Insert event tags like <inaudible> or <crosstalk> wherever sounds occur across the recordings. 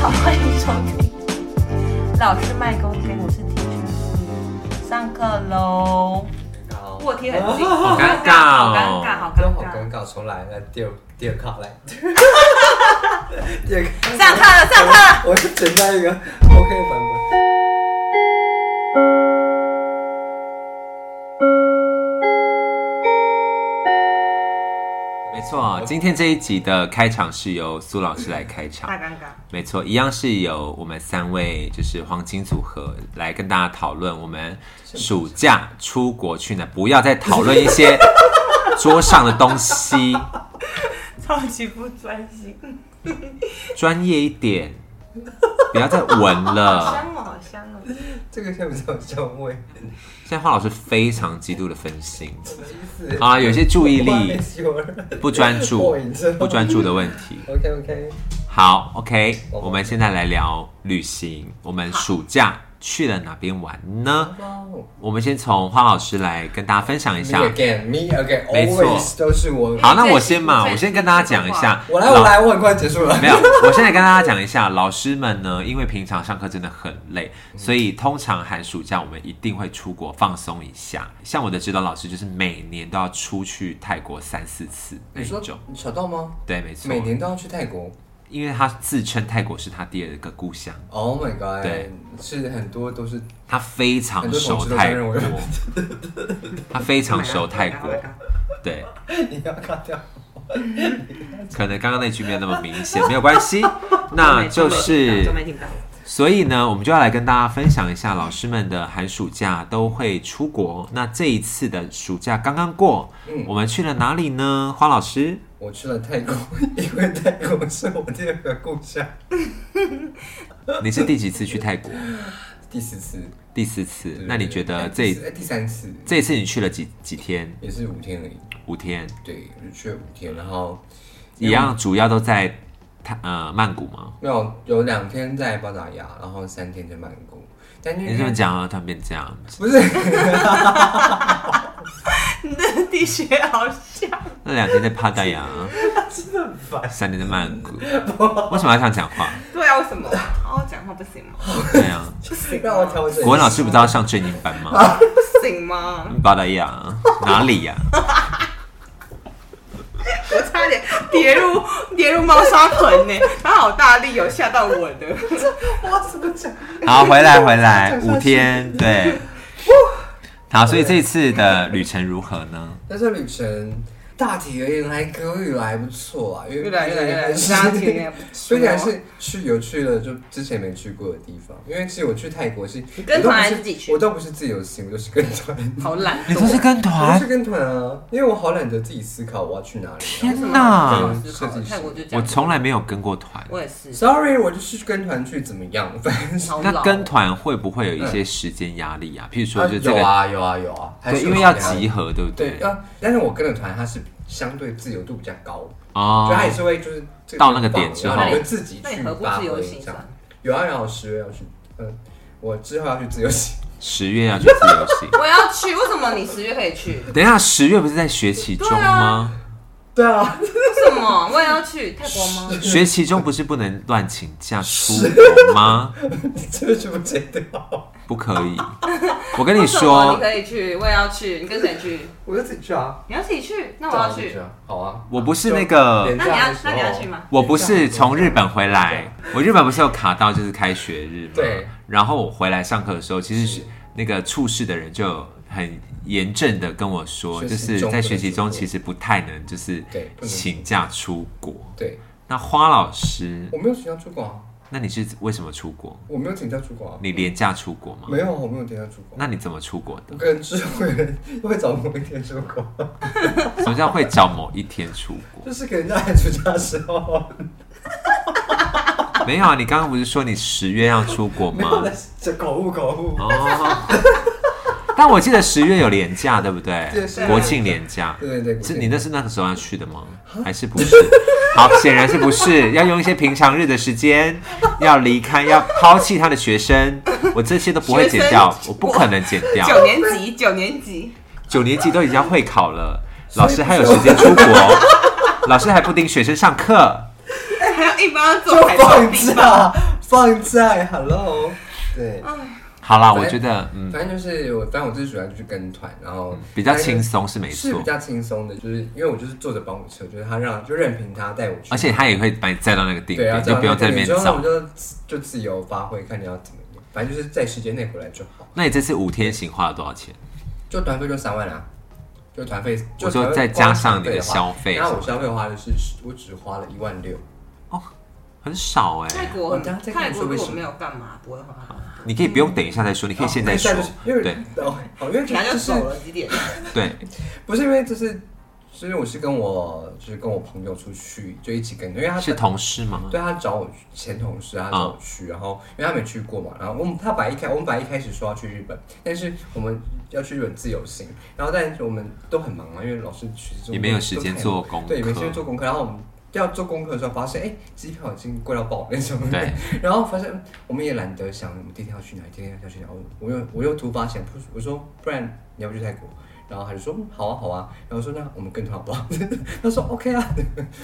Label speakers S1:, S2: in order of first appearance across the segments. S1: 收听。老师麦公给我是 teacher，上课喽！
S2: 好，
S1: 卧贴很近，
S3: <laughs> 好尴尬
S1: 好尴
S3: 哦
S1: 尬，好
S2: 真的
S1: 尴
S2: 好
S1: 尬
S2: 尴。尬，重来，那第二第二卡来，第二卡，
S1: 上课了，上课了。
S2: 我要剪到一个 OK 的版本。
S3: 没错，今天这一集的开场是由苏老师来开场
S1: 大。尴尬，
S3: 没错，一样是由我们三位就是黄金组合来跟大家讨论我们暑假出国去哪，不要再讨论一些桌上的东西，
S1: 超级不专心。
S3: 专业一点，不要再闻
S1: 好
S3: 了。
S1: 香哦，好香哦。
S2: 这个像不像香味？
S3: 现在黄老师非常极度的分心
S2: 什么意思？
S3: 啊，有些注意力不
S2: 不
S3: 专
S2: <laughs>
S3: 注，不专注的问题。
S2: OK OK，
S3: 好，OK，
S2: 我们
S3: 我们现在来聊旅行，我们暑假去了哪边玩呢？我们先从花老师来跟大家分享一
S2: me
S3: 下。
S2: again，me
S3: 没错
S2: again，always 都是我。
S3: 好，那我先嘛，
S1: 最
S3: 我先跟大家讲一下。
S2: 我来，我来，我很快结束了
S3: 老。。没有，我现在跟大家讲一下，老师们呢，因为平常上课真的很累，
S2: 嗯
S3: 所以通常寒暑假我们一定会出国放松一下。像我的指导老师，就是每年都要出去泰国三四次那
S2: 你说
S3: 一种。
S2: 小道吗？
S3: 对，没错
S2: 每，年都要去泰国。
S3: 因为他自称泰国是他第二个故乡，
S2: Oh my god！
S3: 对，
S2: 是很多都是
S3: 他非常
S2: 很多同
S3: 熟
S2: 事都
S3: 泰
S2: 承认我
S3: 国，
S2: <laughs>
S3: 他非常熟泰国。对，
S2: 你要卡掉。
S3: 可能刚刚那句没有那么明显，没有关系，那
S1: <laughs>
S3: 就是
S1: 都没听到。
S3: 所以呢，我们就要来跟大家分享一下老师们的寒暑假都会出国。那这一次的暑假刚刚过，
S2: 嗯
S3: 我们去了哪里呢？花老师，
S2: 我去了泰国，因为泰国是我第二个故乡，
S3: 你是第几次去泰国？
S2: 第四次。
S3: 第四次
S2: 对。
S3: 那你觉得
S2: 哎
S3: 这
S2: 第四哎第三次
S3: 这一次你去了几几天？
S2: 也是五天而已，
S3: 五天，
S2: 对，我就去了五天，然后
S3: 一样，主要都在泰呃曼谷吗？
S2: 没有有两天在巴达雅，然后三天在曼谷。但
S3: 你
S2: 是
S3: 这么讲啊，突然变这样，
S2: 不是
S1: 你的地学好像。
S3: 那两天在帕达雅，啊
S2: <laughs>
S3: 三天在曼谷，为什么要这样讲话？
S1: 对啊，为什么？好好讲话不行吗？
S3: 对啊，
S2: <laughs> 让我调整。
S3: 国文老师不知道上正音班吗？
S1: 不行吗？
S3: 巴达雅啊哪里呀、
S1: 我差点跌入跌入猫砂盆呢、它好大力哦，吓到我
S3: <laughs>
S1: 的。
S2: 我怎么讲？
S3: 好，回来回
S1: <laughs>
S3: 来，五天，对。好，所以这次的旅程如何呢？
S2: 但是旅程大体而言还可以啦，还不错啊，因为
S1: 越来越来越，
S2: 是
S1: 家庭也不错
S2: 虽然是去有去了就之前没去过的地方，因为其实我去泰国是
S1: 跟
S2: 我都不
S1: 团还
S2: 是
S1: 是自己去
S2: 我都不是自由行，我都是跟团。
S1: 好懒
S3: 你哎都是
S1: 惰。
S3: 跟
S2: 我都
S3: 团
S2: 是，跟团啊，因为我好懒得自己思考我要去哪里。啊
S3: 天
S1: 那
S3: 哪！
S1: 泰国就这
S3: 我
S1: 样，
S3: 从来没有跟过团，
S1: 我也是，
S2: Sorry，我就是跟团去怎么样？反正是
S1: 好
S3: 那
S1: 老。
S3: 跟团会不会有一些时间压力啊？譬如说，就这
S2: 有
S3: 个，
S2: 啊有啊有啊，还
S3: 对，
S2: 是有
S3: 因为要
S2: 好的啊
S3: 集合，对不
S2: 对
S3: 对？
S2: 要，但是我跟的团它是相对自由度比较高，
S3: 哦
S2: 就它也是会就是这
S3: 到那个点之后
S2: 然后你就自己
S1: 那
S2: 去
S1: 你何不
S2: 发
S1: 自由
S2: 挥
S1: 行
S2: 这样
S1: 算。
S2: 有啊，然后十月要去，嗯，我之后要去自由行， <laughs>
S3: 十月要去自由行。
S1: 我要去，为什么你十月可以去？
S3: 等一下，十月不是在学期中吗？
S2: 对啊，
S1: 为什么我也要去泰国吗？
S3: 学期中不是不能乱请假出国
S2: <laughs>
S3: 吗？
S2: 这个全部剪掉，
S3: 不可以。我跟你
S1: 为什么
S3: 说
S1: 你，可以去，我也要去。你跟谁去？
S2: 我就自己去啊，
S1: 你要自己去，那
S2: 那
S1: 我要去。
S2: 啊，好啊，
S3: 我不是那个
S2: 就
S1: 那你要
S2: 连假的时，候
S1: 那你要去？吗？
S3: 我不是从日本回来，我日本不是有卡到就是开学日嘛，
S2: 对。
S3: 然后我回来上课的时候，其实是那个处室的人就很严正的跟我说，
S2: 学
S3: 就
S2: 习中
S3: 是在
S2: 不能
S3: 学习
S2: 出
S3: 中
S2: 国
S3: 其实不太能就是
S2: 对不能
S3: 请假出国。
S2: 对，
S3: 那花老师，
S2: 我没有请假出国啊，
S3: 那你是为什么出国？
S2: 我没有请假出国啊，
S3: 你廉价出国吗？
S2: 没有啊，我没有请假出国。
S3: 那你怎么出国
S2: 我
S3: 的？
S2: 跟之后有人会找某一天出国，
S3: 什么叫会找某一天出国？
S2: <laughs> 就是给人家寒暑假的时 <laughs> 候，
S3: 没有啊，你刚刚不是说你十月要出
S2: <laughs>
S3: 国
S2: 没有
S3: 吗
S2: 的？，这口误口误。
S3: 哦，但我记得十月有年假，对不对
S2: 对是？啊
S3: 国庆年假，
S2: 对对对，
S3: 是你那是那个时候要去的吗？还是不是？好，显然是不是要用一些平常日的时间，要离开，要抛弃他的学生，我这些都不会剪掉
S1: 学，生
S3: 我不可能剪掉。
S1: 九年级，九年级，
S3: 九年级都已经要会考了，老师还有时间出国，老师还不盯学生上课。
S1: 还要一帮他
S2: 就
S1: 做海报
S2: 放
S1: 冰棒，
S2: 假，放在 Hello，对，
S1: 嗯
S3: 好啦，
S2: 反正
S3: 我觉得嗯
S2: 反正就是我，反正我就是喜欢就是跟团，然后
S3: 比较
S2: 但是
S3: 轻松是没
S2: 是
S3: 错
S2: 比，较轻松的，就是因为我就是坐着保姆车，就是他让就任凭他带我去，
S3: 而且他也会把你载到那个定
S2: 对啊，
S3: 点，就不用在那边
S2: 之后我
S3: 找。
S2: 就就自由发挥，看你要怎么样，反正就是在时间内回来就好，
S3: 那你这次五天行花了多少钱？
S2: 就团费就三万啦、啊就团费，
S3: 我说
S2: 团费
S3: 再加上你的
S2: 光团
S3: 消费
S2: 那我消费花的是我只花了一万六，
S3: 很少哎、
S1: 泰
S2: 我
S1: 国
S2: 等下再跟
S1: 泰
S2: 你
S1: 国
S2: 说
S1: 如
S2: 为
S1: 果
S2: 什么
S1: 没有干嘛，不会花很多。
S3: 你可以不用等一下再说，你可以现在说
S2: 哦就是。因为
S3: 对
S2: <laughs> 哦，哦因
S1: 等
S2: 为
S1: 下
S2: 就
S1: 就是走了几点？
S3: 对，
S2: 不是因为就是。就是我是跟我就是跟我朋友出去，就一起跟，因为他
S3: 是同事吗？
S2: 对他找我去前同事，他
S3: 啊
S2: 找我去，然后因为他没去过嘛，然后我们他本来一开我们本来一开始说要去日本，但是我们要去日本自由行，然后但是我们都很忙嘛，因为老师其实
S3: 也没有时间做功课
S2: 对，也没时间做功课，然后我们要做功课的时候发现，哎，机票已经贵到爆那种， <laughs>
S3: 对，
S2: 然后发现嗯我们也懒得想我们第一天要去哪，第二天要去哪，我我又我又突发想，不我说不然你要不去泰国？然后他就说嗯好啊好啊，然后说那我们跟团好不好？ <laughs> 他说 OK 啊，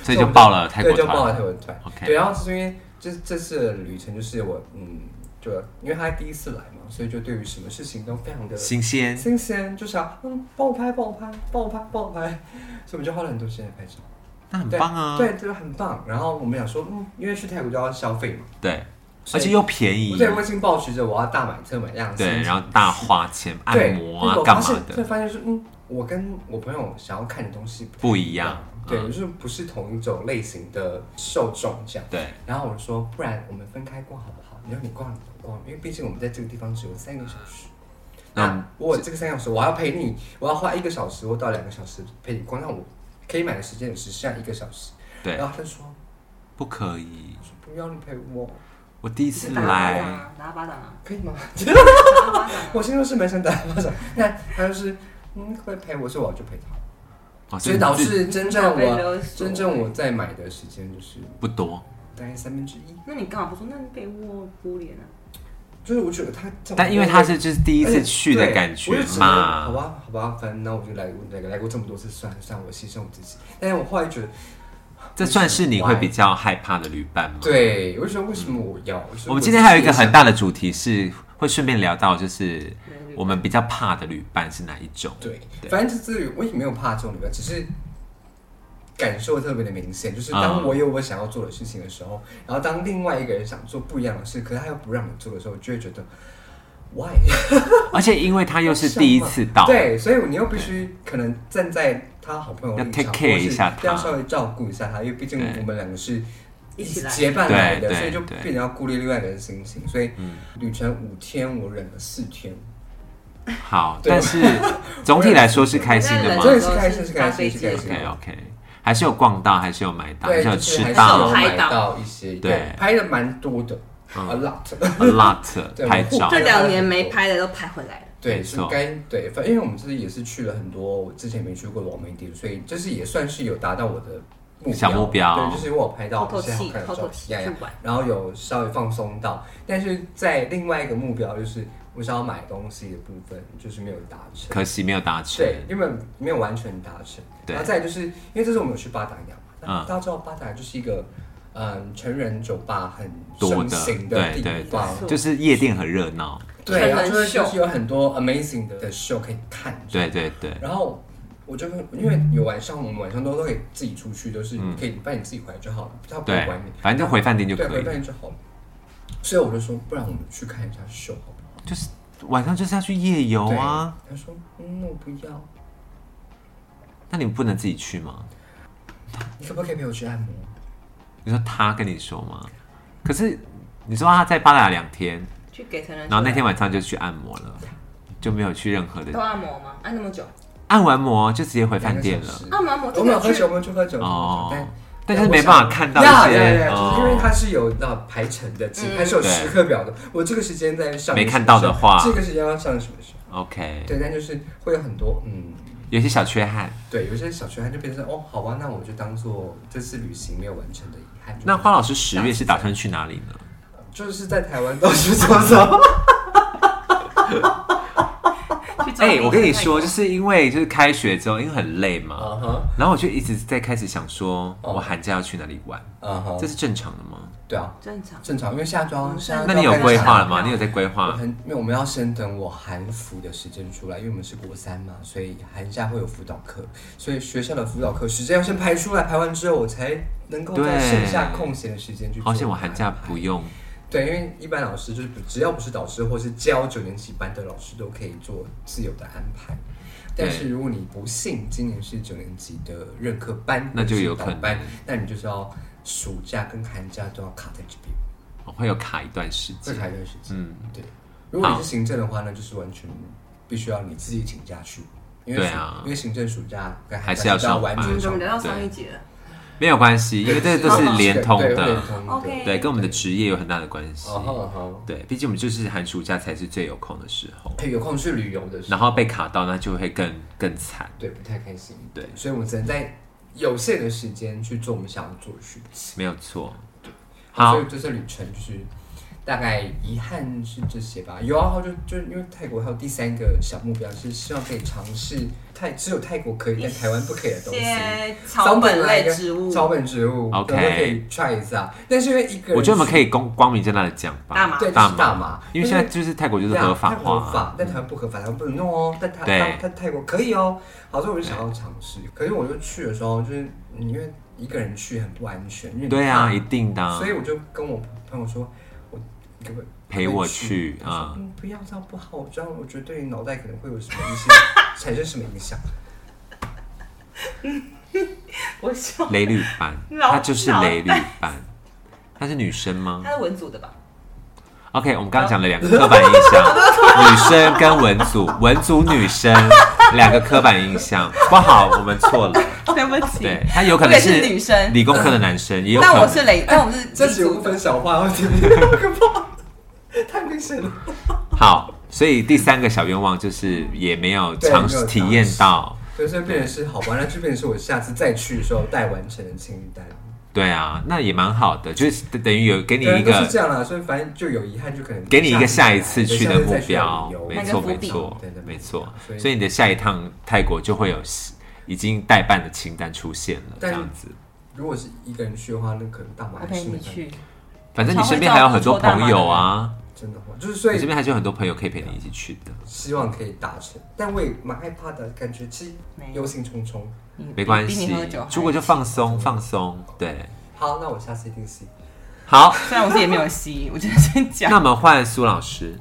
S3: 所以就报了泰国
S2: 对，就报
S3: 团。
S2: 了泰国团。
S3: OK
S2: 对，然后是因为这这次的旅程就是我嗯，对，因为他第一次来嘛，所以就对于什么事情都非常的
S3: 新鲜，
S2: 新鲜，就是啊，嗯，帮我拍，帮我拍，帮我拍，帮我拍，所以我们就花了很多时间拍照，
S3: 那很
S2: 对
S3: 棒啊！
S2: 对，就是很棒。然后我们想说，嗯，因为去泰国就要消费嘛，
S3: 对，
S2: 所
S3: 而
S2: 以
S3: 且又便宜
S2: 我，在微信抱持着我要大买特买样子，
S3: 对，然后大花钱
S2: 对
S3: 按摩
S2: 就是
S3: 啊
S2: 我
S3: 干
S2: 发现
S3: 嘛
S2: 就
S3: 的，
S2: 发现是嗯，我跟我朋友想要看的东西
S3: 不
S2: 不
S3: 一样。
S2: 对，
S3: 嗯
S2: 就是不是同一种类型的受众这样。
S3: 对，
S2: 然后我说，不然我们分开逛好不好？你让你逛，我逛，因为毕竟我们在这个地方只有三个小时。
S3: 那
S2: 那我有这个三个小时，我要陪你，我要花一个小时或到两个小时陪你逛，那我可以买的时间只剩下一个小时。
S3: 对
S2: 然后他就说，
S3: 不可以。
S2: 我说不要你陪我，
S3: 我第一次
S1: 打巴掌
S3: 来，
S1: 啊，打巴掌啊，
S2: 可以吗？ <laughs>
S1: 打巴掌啊。
S2: 我心中是蛮想打巴掌，但他就是，嗯，可不可以陪我？所以我就陪他。
S3: 哦
S2: 所以导
S3: 是
S2: 致真正
S1: 被勒
S2: 我
S1: 索
S2: 真正我在买的时间就是
S3: 不多，
S2: 大概三分之一，
S1: 那你干嘛不说？那你被窝敷脸啊？
S2: 就是我觉得他这种
S3: 但因为他是就是第一次去的感
S2: 对
S3: 觉
S2: 我就只能好
S3: 嘛，
S2: 吧，好吧，反正那我就来过来来过这么多次，算了算了，我牺牲我自己。但是我后来觉得，
S3: 这算是你会比较害怕的旅伴吗？。
S2: 对，我就说为什么我要？就是
S3: 我们今天还有一
S2: 自
S3: 个
S2: 己
S3: 很
S2: 想
S3: 大的主题是会顺便聊到，就是
S1: 没有
S3: 我们比较怕的旅伴是哪一种？
S2: 对，反正就是我也没有怕这种礼拜，只是感受特别的明显。就是当
S3: 嗯
S2: 我有我想要做的事情的时候，然后当另外一个人想做不一样的事，可是他又不让你做的时候，我就会觉得 why？
S3: 而且因为他又是第一次到，
S2: 对，所以你又必须可能站在他好朋友的立场，
S3: 要 take care
S2: 或是
S3: 一下他
S2: 要稍微照顾一下他，因为毕竟
S3: 对
S2: 我们两个是
S1: 一起来
S2: 结伴来的，
S3: 对对
S2: 所以就
S3: 对
S2: 变成要顾虑另外一个人的心情。所以旅程五天，我忍了四天，
S3: 好，
S2: 对
S3: 但是
S2: <laughs>
S3: 总体来说是开心的吗
S2: 真的是开心是开心是开心
S3: ？OK OK，还是有逛到，还是有买到，还
S2: 对，
S3: 是有
S2: 就是
S3: 吃
S2: 还是有
S3: 到
S1: 拍
S2: 买到一些，
S3: 对
S2: 拍的蛮多的
S3: 嗯
S2: ，a lot。
S3: ，a
S2: <laughs>
S3: lot
S2: 对
S3: 拍照
S1: 这，两年没拍的都拍回来了。
S2: 对，
S3: 没
S2: 是
S3: 错
S2: 该对，反正因为我们这次也是去了很多我之前没去过的网美地，所以就是也算是有达到我的目标。
S3: 小目标
S2: 对，就是我有拍到
S1: 透透
S2: 一些好
S1: 气
S2: 看的
S1: 透
S2: 照
S1: 透气
S2: 片呀呀
S1: 去玩，
S2: 然后有稍微放松到，但是在另外一个目标就是我想要买东西的部分，就是没有达成。
S3: 可惜没有达成。
S2: 对，因为没有完全达成。
S3: 对
S2: 然后再来就是因为这次我们有去巴达雅嘛，那
S3: 嗯
S2: 大家知道巴达雅就是一个嗯成人酒吧很
S3: 多
S2: 盛
S3: 的，
S2: 行
S3: 对
S2: 地
S3: 对
S2: 方，
S3: 对，就是夜店很热闹，
S2: 对，然后
S1: 成
S2: 就
S1: 人
S2: 是就
S1: 秀
S2: 是有很多 amazing 的的 show 可以看。
S3: 对对对，
S2: 然后我就跟，因为有晚上我们晚上都都可以自己出去，都是可以，反正你自己回来就好了，他不会
S3: 嗯对
S2: 管你，，
S3: 反正就回饭店就
S2: 对，
S3: 可
S2: 回
S3: 以
S2: 饭
S3: 了，
S2: 店就好了。所以我就说，不然我们去看一下秀好不好？
S3: 就是晚上就是要去夜游啊。
S2: 对，他说，嗯，我不要，
S3: 那你不能自己去吗？
S2: 你可不可以陪我去按摩？
S3: 你说他跟你说吗？可是你说他在巴达两天，
S1: 去给成人，
S3: 然后那天晚上就去按摩了，就没有去任何
S1: 都
S3: 的
S1: 按摩吗？按那么久？
S3: 按完摩就直接回饭店了。
S2: 两个小时
S1: 按完摩
S2: 我
S1: 真
S2: 们
S1: 的
S2: 有喝
S1: 去
S2: 酒，我们去喝酒，
S3: 哦
S2: 但
S3: 但是没办法看到一
S2: 呀
S3: 些
S2: 呀呀呀
S3: 哦
S2: 就是因为它是有那排程的，其实它是有
S3: 对
S2: 时刻表的。我这个时间在上什么时候，
S3: 没看到的话
S2: 这个时间要上什么时候？
S3: OK，
S2: 对，但就是会有很多嗯，
S3: 有些小缺憾。
S2: 对，有些小缺憾就变成哦，好吧，那我就当做这次旅行没有完成的遗憾。
S3: 那花老师十月是打算去哪里呢？
S2: 就是在台湾到处走走，
S3: <laughs>
S1: 去找
S3: 哎、我跟你
S1: 泰
S3: 说，
S1: 国
S3: 就是因为就是开学之后，因为很累嘛，
S2: 啊哈
S3: 然后我就一直在开始想说，
S2: 哦
S3: 我寒假要去哪里玩，
S2: 啊哈
S3: 这，是正常的吗？
S2: 对啊，
S1: 正常。
S2: 正常，因为夏装，夏装
S3: 那你有规划了吗？
S1: 嗯
S3: 你有在规
S2: 我
S3: 划？
S2: 很，因为我们要升等我韩服的时间出来，因为我们是国三嘛，所以寒假会有辅导课，所以学校的辅导课时间要先排出来，排完之后我才能够在
S3: 对
S2: 剩下空闲的时间去做
S3: 好
S2: 安排。
S3: 险我寒假不用。
S2: 对，因为一般老师就是不只要不是导师或是教九年级班的老师都可以做自由的安排。但是如果你不幸今年是九年级的任课班，
S3: 那就
S2: 或是
S3: 有可能
S2: 导班，那你就是要暑假跟寒假都要卡在这边，
S3: 我会有卡一段时
S2: 这
S3: 间。
S2: 卡一段时间。
S3: 嗯，
S2: 对，如果你
S3: 好
S2: 是行政的话，那就是完全必须要你自己请假去，因为
S3: 对
S2: 暑
S3: 啊
S2: 因为行政暑假跟寒
S3: 还
S2: 假
S3: 是要
S2: 到
S3: 上
S2: 完
S3: 班
S4: 嗯，
S2: 全
S4: 我
S2: 上
S4: 们聊到
S3: 对
S4: 上一集了，
S3: 没有关系，因为这都是连通
S2: 对对
S3: 的
S2: 连，通的
S1: OK
S3: 对，跟我们的职业有很大的关系。
S2: 哦好好，
S3: 对，毕竟我们就是寒暑假才是最有空的时候，
S2: 哎有空去旅游的时候，
S3: 然后被卡到，那就会更更惨。
S2: 对不太开心，
S3: 对
S2: 所以我们只能在有限的时间去做我们想要做的事情。
S3: 没有错。
S2: 哦
S3: 好
S2: 所以这次旅程就是大概遗憾是这些吧。有啊，然后就就因为泰国还有第三个小目标是希望可以尝试泰只有泰国可以，但台湾不可以的东西。
S1: 些草本类植物，
S2: 草本植物
S3: OK
S2: 然后可以 try 一下。但是因为一个人，
S3: 我觉得我们可以公光明正大的讲吧，
S1: 大麻
S2: 对，就是大
S3: 大
S2: 麻，
S3: 因为现在就是泰国就
S2: 就是是
S3: 合法
S2: 对啊
S3: 化
S2: 合
S3: 啊
S2: 法，，但台湾不合法，台湾不能用哦。但台
S3: 对
S2: 但但泰国可以哦。好，所以我就想要尝试。可是我就去的时候，就是嗯因为一个人去很不安全，因为你
S3: 对啊，
S2: 怕
S3: 一定的啊。
S2: 嗯所以我就跟我朋友说，我你可不可以
S3: 陪我去
S2: 他说
S3: 啊
S2: 嗯，不要这样不好，这样我觉得对你脑袋可能会有什么一些 <laughs> 产生什么影
S3: <laughs>
S2: 响。
S1: 我笑。
S3: 雷律班，
S1: 老
S3: 她就是雷律班，她是女生吗
S1: 它是文组的
S2: <laughs>
S1: 吧？
S3: ？OK，我们刚刚讲了两个刻板印象，女生跟文组，文组女生两个刻板印象，不好，我们错了。
S1: 对不起
S3: 对，她有可能
S1: 我也是女生
S3: 理工科的男
S2: 嗯
S3: 生，也有
S1: 但
S3: 可
S1: 我是
S3: 能。
S1: 雷，但我们是
S2: 这几
S1: 组
S2: 五分
S1: 的。
S2: 小话，我天，好 <laughs> 可怕，太明显了。
S3: 好，所以第三个小愿望就是也没有
S2: 对
S3: 尝
S2: 没有
S3: 试体
S2: 尝
S3: 验
S2: 试
S3: 到。
S2: 所以现在变成是好吧，那就变成是我下次再去的时候待完成的清单。
S3: 对啊，那也蛮好的，就是等于有给你一
S2: 对啊都是
S3: 个
S2: 这样啦，所以反正就有遗憾，就可能
S3: 给你一个下一次
S2: 对
S3: 去的
S2: 下次
S3: 目
S2: 再去
S3: 标
S2: 旅游，
S3: 没
S1: 那个
S3: 错
S1: 伏
S3: 没
S1: 笔
S3: 错
S2: 对对对
S3: 没错，
S2: 所以
S3: 所以你的下一趟泰国就会有已经代办的清单出现了，这
S2: 但
S3: 样子。
S2: 如果是一个人去的话，那可能大马
S1: 我
S2: 还
S1: 陪
S2: 是没
S1: 你
S2: 办法
S1: 去，
S3: 反正你身边还有很多朋友啊，
S2: 真的话，就是所
S3: 你身
S2: 以
S3: 边还是有很多朋友可以陪你一起去的，
S2: 希望可以达成，但我也蛮害怕的感觉，其实忧心忡忡。
S1: 你
S3: 没关
S1: 比
S3: 系
S1: 你喝酒还。
S3: 如果就放松放松，对，
S2: 好，那我下次一定是
S3: 好，
S1: 虽然我自己也没有吸， <laughs> 我就先
S3: 那
S1: 讲。
S3: 我们换苏老师，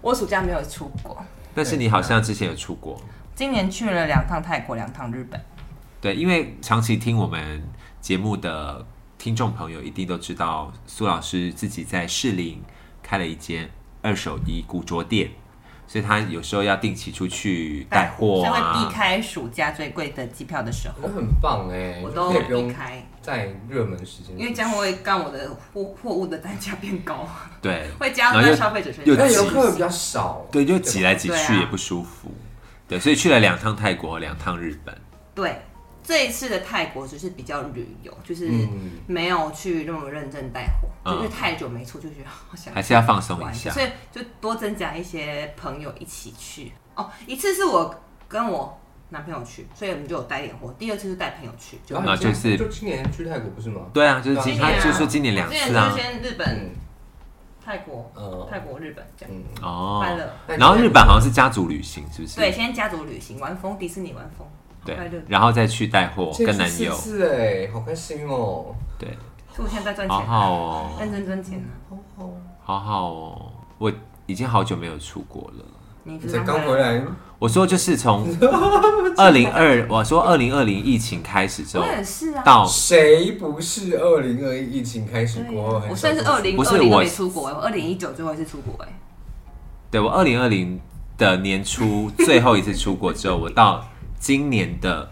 S1: 我暑假没有出国，
S3: 但是你好像之前有出国，
S1: 今年去了两趟泰国，两趟日本。
S3: 对，因为长期听我们节目的听众朋友一定都知道，苏老师自己在士林开了一间二手衣古着店，所以他有时候要定期出去带
S1: 嗯
S3: 货
S1: 所以会避
S3: 啊。
S1: 开暑假最贵的机票的时候，
S2: 我很棒哎，
S1: 我
S2: 就
S1: 都
S2: 可以不
S1: 避
S2: 用
S1: 开，
S2: 在热门时间，
S1: 因为这样会让我的货货物的单价变高，
S3: 对，
S1: 会加
S3: 然后
S1: 大
S3: 又
S1: 消费者身
S3: 又
S1: 上。
S2: 但
S3: 挤
S2: 游客比较少，
S3: 对，就挤来挤
S1: 对
S3: 去
S1: 啊
S3: 也不舒服。对，所以去了两趟泰国，两趟日本。
S1: 对，这一次的泰国只是比较旅游，就是
S2: 嗯
S1: 没有去那么认真带货，
S3: 嗯
S1: 就是太久没出，就觉得好想
S3: 还是要放松一
S1: 玩
S3: 下
S1: 所以就多增加一些朋友一起去。哦，一次是我跟我男朋友去，所以我们就有带点货；第二次是带朋友去，就
S2: 然后
S3: 啊就
S2: 就是就今年去泰国不是吗？
S3: 对啊，就是
S2: 对啊
S3: 今
S2: 今
S3: 他
S2: 年啊
S3: 就说今年两
S1: 之前
S3: 次啊
S1: 就。先日本、
S2: 嗯
S1: 泰国、
S2: 呃
S1: 泰国、日本这样。
S2: 嗯，
S3: 哦
S1: 快乐，
S3: 然后日本好像是家族旅行，是不是？
S1: 对，先家族旅行玩疯，迪士尼玩疯，快乐
S3: 对，。然后再去带货跟男友，
S2: 是哎，好开心哦，
S3: 对，
S1: 所以我现在在赚
S3: 好
S1: 钱，啊
S3: 好哦。
S1: 认真赚钱啊。
S2: 好好。
S3: 好好哦，我已经好久没有出国了。
S1: 你
S2: 你
S1: 不是
S2: 才刚回？来，
S3: 我说就
S2: <laughs>
S3: 是从二零二，我说二零二零疫情开始之
S1: 我
S3: 后
S1: 也是啊。
S3: 到，
S2: 谁不是二零二一疫情开始
S1: 对
S2: 过后
S1: 啊我
S2: 很少出去？
S1: 算是二零
S3: 不是
S1: 二零
S3: 我
S1: 没出国、欸，我二零一九最后一次出国、欸，
S3: 对我二零二零的年初最后一次出国之后，我到今年的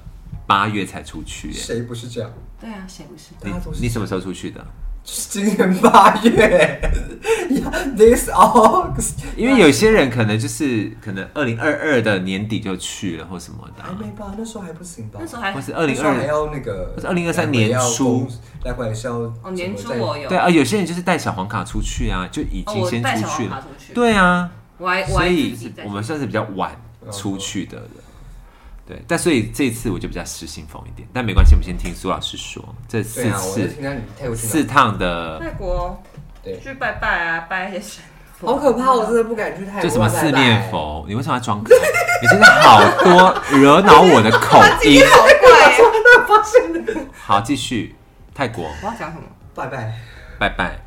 S3: 八月才出去。哎
S2: 谁不是这样？
S1: 对啊，谁不是？
S3: 你
S2: 大家都是
S3: 你什么时候出去的？
S2: 就是今年八月 <laughs> Yeah,，This August
S3: 因为有些人可能就是可能二零二二的年底就去了或什么的
S2: 还
S3: 啊，
S1: 哎
S2: 没吧？那时候还不行吧？
S1: 那时候还哦
S3: 或是二
S2: 那
S3: 零
S2: 时候还
S3: 二
S2: 要那个，
S3: 不是2023年初
S2: 来回来是要
S1: 哦，年初
S2: 怎么在
S1: 我有，
S3: 对啊，有些人就是带小黄卡出去啊，就已
S1: 哦，
S3: 经
S1: 我
S3: 先
S1: 带
S3: 出
S1: 小
S3: 去
S1: 黄卡
S3: 了，
S1: 出去，
S3: 对啊，
S1: 我还我
S3: 所
S1: 还
S3: 以
S1: 自己在
S3: 我们算是比较晚出去的人。对，但所以这一次我就比较失心疯一点，但没关系，我们先听苏老师说这四
S2: 对啊，我就
S3: 次、
S2: 听到你泰国去哪
S3: 四趟的，
S1: 泰国
S2: 对
S1: 去拜拜啊，拜一些神佛，啊
S2: 好可怕，我真的不敢去泰国。
S3: 就什么
S2: 拜拜
S3: 四面，佛，你为什么要装可爱？你真的好多惹恼我的
S1: <laughs>
S3: 口音。
S1: 好怪。
S3: 好，继续泰国，
S1: 我要讲什么？
S2: 拜拜，
S3: 拜拜